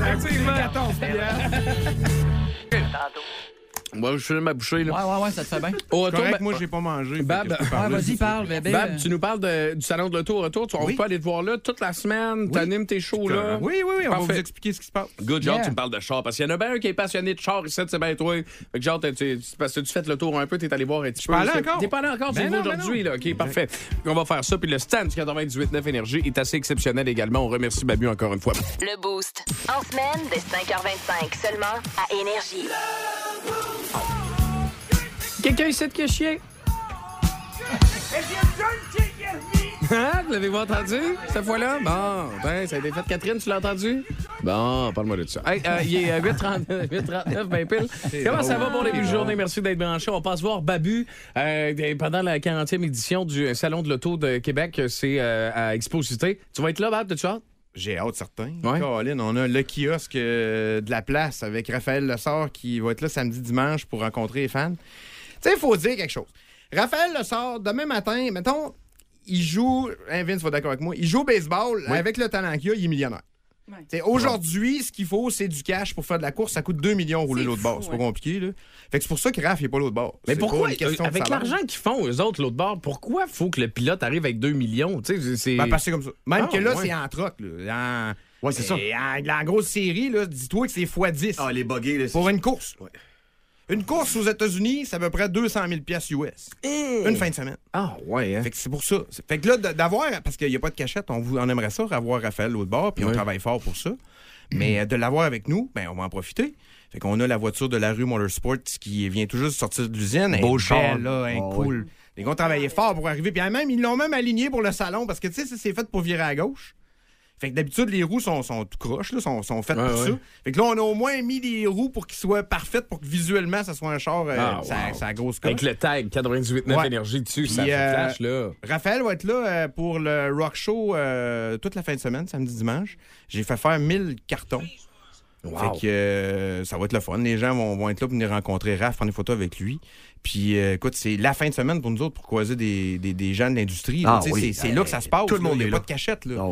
N: Effectivement. 14
C: Moi, je suis ma bouchée, là.
D: Ouais, ouais, ouais, ça te fait bien.
C: Au retour,
N: Correct,
C: ben-
N: moi, j'ai pas mangé.
C: Bab,
N: fait que je peux parler.
D: Ouais, vas-y, parle, bébé.
C: Bab, tu nous parles de- du salon de l'auto au retour. Tu, on
N: Oui.
C: peut aller te voir là toute la semaine. T'animes tes shows là.
N: Oui, oui, oui, on va vous
C: Parfait.
N: expliquer ce qui se passe.
C: Good job,
N: Yeah.
C: tu me parles de char. Parce qu'il y en a bien un qui est passionné de char ici, c'est bien toi. Fait que genre, t'as- tu, parce que tu fais le tour un peu, t'es allé voir un petit peu.
N: pas allé
C: c'est-
N: encore.
C: T'es pas allé encore,
N: Ben
C: tu y vas
N: non, ben
C: aujourd'hui, là. OK, parfait. On va faire ça. Puis le stand du 98.9 Énergie est assez exceptionnel également. On remercie Babu encore une fois.
A: Le Boost. En semaine, dès 5h25, seulement à Énergie.
C: Quelqu'un ici qui a chié? Hein? Vous l'avez entendu, cette fois-là? Bon, ben, ça a été fait. Catherine, tu l'as entendu? Bon, parle-moi de ça. Hey, euh, il est euh, 8h39, 8h39, ben pile.
N: C'est
C: Comment ça
N: drôle.
C: va pour les
N: C'est
C: de
N: drôle.
C: journée? Merci d'être branché. On passe voir Babu euh, pendant la 40e édition du Salon de l'Auto de Québec. C'est euh, à Exposité. Tu vas être là, Bab, de hâte?
N: J'ai hâte, certain. Colin, on a le kiosque euh, de la place avec Raphaël Lessard qui va être là samedi, dimanche pour rencontrer les fans. Tu sais, il faut dire quelque chose. Raphaël Lessard, demain matin, mettons, il joue, hein, Vince va être d'accord avec moi, il joue au baseball avec le talent qu'il a, il est millionnaire. Tu sais, Aujourd'hui, ce qu'il faut, c'est du cash pour faire de la course. Ça coûte 2 millions rouler l'autre bord. C'est pas compliqué. Là. Fait que c'est pour ça que Raph, il n'est pas l'autre bord.
C: Mais
N: C'est
C: pourquoi, euh,
N: pas une question de
C: avec
N: salaire.
C: l'argent qu'ils font, eux autres, l'autre bord, pourquoi faut que le pilote arrive avec 2 millions? Tu sais, c'est-
N: Ben, parce que c'est comme ça. Même
C: Ah,
N: que là,
C: ouais.
N: c'est en troc. Là. En...
C: Ouais, c'est ça.
N: Et en- la grosse série, là, dis-toi que c'est x10. Ah, les buggés, Pour une course. Une course aux États-Unis, c'est à peu près 200 000 pièces US. Une fin de semaine.
C: Ah, ouais.
N: Fait que c'est pour ça. C'est- Fait que là, d- d'avoir, parce qu'il n'y a pas de cachette, on, vous, on aimerait ça, avoir Raphaël l'autre bord, puis on travaille fort pour ça. Mais euh, de l'avoir avec nous, ben, on va en profiter. Fait qu'on a la voiture de la rue Motorsport qui vient tout juste de sortir de l'usine. Elle est
C: Beau
N: belle,
C: char.
N: là, elle est
C: Ah,
N: cool. Les gars ont travaillé fort pour arriver. Puis elle- même, ils l'ont même aligné pour le salon parce que, tu sais, c'est- c'est fait pour virer à gauche. Fait que d'habitude, les roues sont, sont tout croches, là, sont, sont faites
C: Ouais,
N: pour
C: ouais.
N: ça. Fait que là, on a au moins mis les roues pour qu'ils soient parfaites, pour que visuellement, ça soit un char, euh,
C: Ah,
N: ça,
C: wow.
N: ça a grosse coche.
C: Avec le tag 98.9
N: Ouais.
C: énergie dessus,
N: Puis,
C: ça
N: euh,
C: flash, là.
N: Raphaël va être là euh, pour le rock show euh, toute la fin de semaine, samedi, dimanche. J'ai fait faire 1000 cartons. Fait que euh, ça va être le fun. Les gens vont, vont être là pour venir rencontrer Raph, prendre des photos avec lui. Puis euh, écoute, c'est la fin de semaine pour nous autres pour croiser des, des- des gens de l'industrie. là.
P: Ah
N: Tu sais,
P: oui.
N: C'est c'est là que ça se passe.
P: Tout le
N: là.
P: monde
N: Il y a
P: est
N: pas
P: là.
N: de cachette. Là.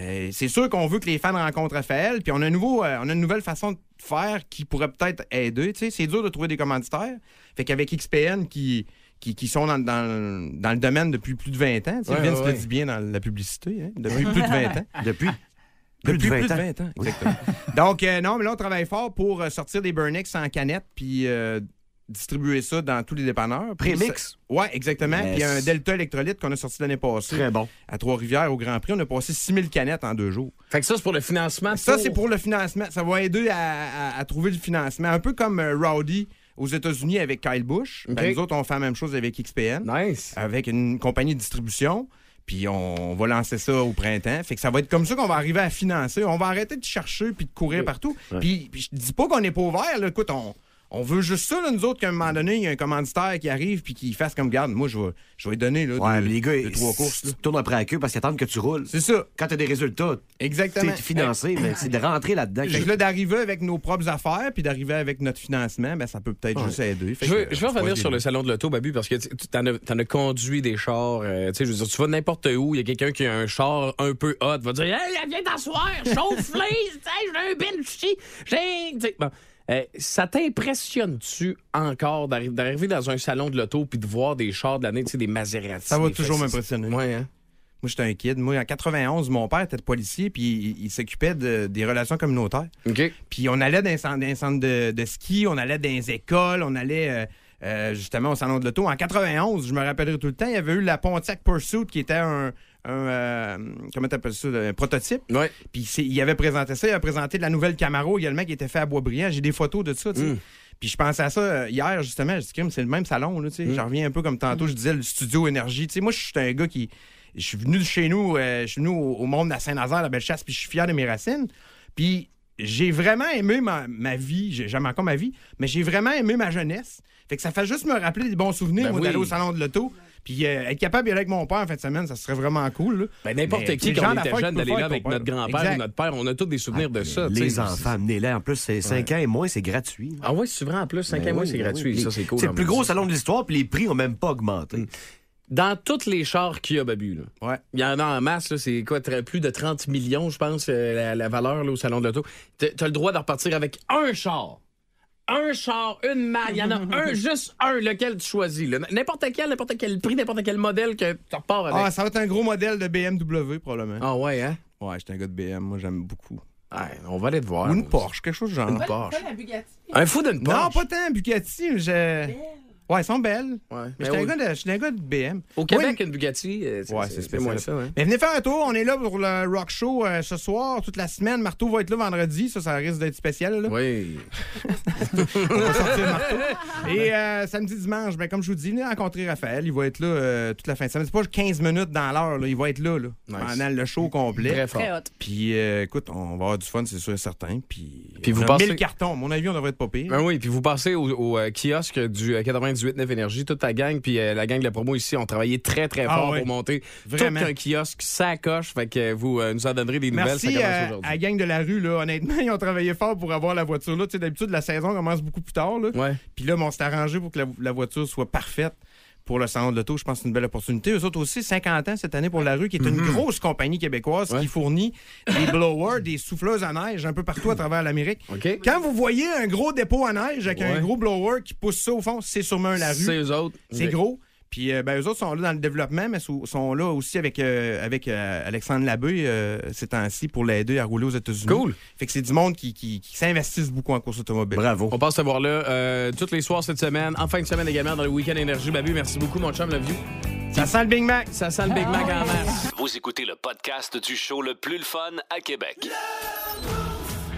N: Euh, c'est sûr qu'on veut que les fans rencontrent Raphaël. Puis on a, un nouveau, euh, on a une nouvelle façon de faire qui pourrait peut-être aider. Tu sais, c'est dur de trouver des commanditaires. Fait qu'avec XPN qui, qui, qui sont dans, dans- dans le domaine depuis plus de 20 ans. Tu sais,
P: Ouais,
N: Vince
P: ouais,
N: le
P: ouais.
N: dit bien dans la publicité. hein, depuis plus de 20 ans.
P: Depuis
N: Depuis plus de 20 ans. exactement. Donc, euh, non, mais là, on travaille fort pour euh, sortir des Burnix en canette puis euh, distribuer ça dans tous les dépanneurs. Puis
P: Prémix.
N: ça- Ouais, exactement.
P: Yes.
N: Puis un Delta électrolyte qu'on a sorti l'année passée.
P: Très bon.
N: À Trois-Rivières, au Grand Prix, on a passé 6000 canettes en deux jours.
C: Fait que ça, c'est pour le financement.
N: Ça, c'est pour le financement. Ça va aider à, à- à trouver le financement. Un peu comme euh, Rowdy aux États-Unis avec Kyle Bush.
C: OK.
N: nous autres, on fait la même chose avec XPN. Avec une compagnie de distribution. Puis on va lancer ça au printemps. Fait que ça va être comme ça qu'on va arriver à financer. On va arrêter de chercher puis de courir
P: Ouais.
N: partout.
P: Ouais.
N: Puis, puis je dis pas qu'on est pas ouvert. Là. Écoute, on, on veut juste ça, là, nous autres, qu'à un moment donné, il y a un commanditaire qui arrive puis qui fasse comme, garde, moi, je vais, je vais lui donner là,
P: Ouais,
N: deux-
P: mais les gars,
N: deux, trois courses.
P: Tu tournes après la queue parce qu'ils attendent que tu roules.
N: C'est ça.
P: Quand t'as des résultats,
N: Exactement.
P: t'es financé, mais c'est de rentrer là-dedans.
N: Fait que là, d'arriver avec nos propres affaires, puis d'arriver avec notre financement, ben, ça peut peut-être juste aider. Fait
C: Je veux,
N: que, euh,
C: je veux
N: on se
C: revenir
N: croise
C: sur
N: les
C: le salon de l'auto, Babu, parce que tu tu- t'en as, t'en as conduit des chars. euh, tu sais, je veux dire, tu vas n'importe où, il y a quelqu'un qui a un char un peu hot, va dire Hey, Eh, viens t'asseoir, chauffe-les, tu sais, j'ai un bin chichi, j'ai. tu sais, bon. Euh, ça t'impressionne-tu encore d'arri- d'arriver dans un salon de l'auto puis de voir des chars de l'année, tu sais, des Maserati?
N: Ça va
C: des
N: toujours
C: Fes-
N: m'impressionner.
C: hein.
N: Moi, j'étais un kid. Moi, en 91, mon père était policier, puis il, il s'occupait de- des relations communautaires. Puis on allait dans un centre, de, de ski, on allait dans les écoles, on allait euh, euh, justement au salon de l'auto. En 91, je me rappellerai tout le temps, il y avait eu la Pontiac Pursuit qui était un... un, euh, comment t'appelles ça? Un prototype. Puis c'est- il avait présenté ça. Il avait présenté de la nouvelle Camaro également qui était faite à Boisbriand. J'ai des photos de ça, tu sais. Puis je pensais à ça euh, hier, justement. Je dis, Crime, c'est le même salon, là, tu sais. J'en reviens un peu comme tantôt, je disais, le studio énergie. Tu sais, moi, je suis un gars qui. Je suis venu de chez nous, euh, je suis venu au, au monde à Saint-Nazaire, la Bellechasse, puis je suis fier de mes racines. Puis j'ai vraiment aimé ma, ma vie, J'ai- j'aime encore ma vie, mais j'ai vraiment aimé ma jeunesse. Fait que ça fait juste me rappeler des bons souvenirs,
C: Ben
N: moi,
C: oui.
N: d'aller au salon de l'auto. Puis euh, être capable d'y aller avec mon père en fin de semaine, ça serait vraiment cool. là.
C: Ben, N'importe
N: Mais c'est
C: qui,
N: le
C: quand
N: genre
C: on
N: d'affaires
C: était
N: que tu
C: jeune,
N: peux
C: d'aller là
N: faire
C: avec
N: pour
C: notre
N: peur.
C: grand-père
N: Exact.
C: ou notre père, on a tous des souvenirs de ça. Ah, tu
P: Ah, Les
C: sais.
P: enfants, amenez-les. En plus, c'est 5 ans et moins, c'est gratuit.
C: Ah ouais, c'est vrai, en plus,
F: Ben
C: 5 ans et moins, c'est gratuit. Ça, c'est cool,
P: Ben C'est
C: en
P: le plus
C: même
P: gros
C: temps.
P: salon de l'histoire, puis les prix n'ont même pas augmenté.
C: Dans tous les chars qu'il y a, Babu, là, il y en a en masse, là, c'est quoi, très- plus de 30 millions, je pense, euh, la, la valeur là, au salon de l'auto. T'as t'as le droit de repartir avec un char. Un char, une malle, il y en a un, juste un, lequel tu choisis. là. N'importe quel, n'importe quel prix, n'importe quel modèle que tu repars avec.
N: Ah, ça va être un gros modèle de BMW, probablement.
C: Ah ouais, hein? Ah,
N: Ouais, j'étais un gars de BM, moi j'aime beaucoup.
C: on va aller te voir.
N: Ou une Porsche, quelque chose de genre.
C: Une Pas- Porsche. Un fou d'une Porsche.
N: Non, pas tant, Bugatti. Je... Ouais, elles sont belles.
C: Ouais, Ben
N: Mais
C: mais
N: j'étais un
C: au-
N: gars de- j'étais un gars de BM.
C: Au
N: Ouais,
C: Québec, une Bugatti, euh, c'est
N: Ouais,
C: c'est-
N: c'est
C: c'est moins
N: spécial.
C: ça. hein.
N: Mais venez faire un tour, on est là pour le rock show euh, ce soir, toute la semaine. Marteau va être là vendredi, ça, ça risque d'être spécial. Là.
C: Oui.
N: on va sortir Marteau. Et euh, samedi, dimanche, ben, comme je vous dis, venez rencontrer Raphaël, il va être là euh, toute la fin de semaine. C'est pas 15 minutes dans l'heure, là, il va être là, là pendant le show complet.
C: Très fort. Très hot.
N: Puis euh, écoute, on va avoir du fun, c'est sûr et certain. Puis,
C: Puis
N: on
C: vous
N: a
C: pensez-
N: 1000 cartons, à mon avis, on devrait être pas pire.
C: Ben oui, puis vous passez au, au, euh, kiosque du euh, 98.9 Énergie, toute la gang, puis euh, la gang de la promo ici ont travaillé très, très
N: Ah
C: fort
N: oui.
C: pour monter
N: Vraiment.
C: tout un kiosque, ça coche, fait que euh, vous euh, nous en donnerez des nouvelles,
N: Merci
C: ça
N: euh,
C: commence
N: à,
C: aujourd'hui.
N: à la gang de la rue, là. Honnêtement, ils ont travaillé fort pour avoir la voiture là. Tu sais, d'habitude, la saison commence beaucoup plus tard, là. Puis là, ben, on s'est arrangé pour que la, la voiture soit parfaite pour le salon de l'auto. Je pense que c'est une belle opportunité. Eux autres aussi, 50 ans cette année pour la rue, qui est une
P: Mhm.
N: grosse compagnie québécoise qui fournit des blowers, des souffleuses à neige un peu partout à travers l'Amérique. Quand vous voyez un gros dépôt à neige avec un
P: Ouais.
N: gros blower qui pousse ça au fond, c'est sûrement la rue.
C: C'est eux autres.
N: C'est
C: Oui.
N: gros. Puis euh, ben, eux autres sont là dans le développement, mais sou- sont là aussi avec, euh, avec euh, Alexandre Labbé euh, ces temps-ci pour l'aider à rouler aux États-Unis.
C: Cool.
N: Fait que c'est du monde qui, qui, qui s'investissent beaucoup en course automobile.
P: Bravo.
C: On passe te voir là euh, tous les soirs cette semaine, en fin de semaine également, dans le week-end Énergie. Babu, merci beaucoup, mon chum, le vieux.
N: Ça sent le Big Mac.
C: Ça sent le Big Mac en masse.
B: Vous écoutez le podcast du show le plus le fun à Québec.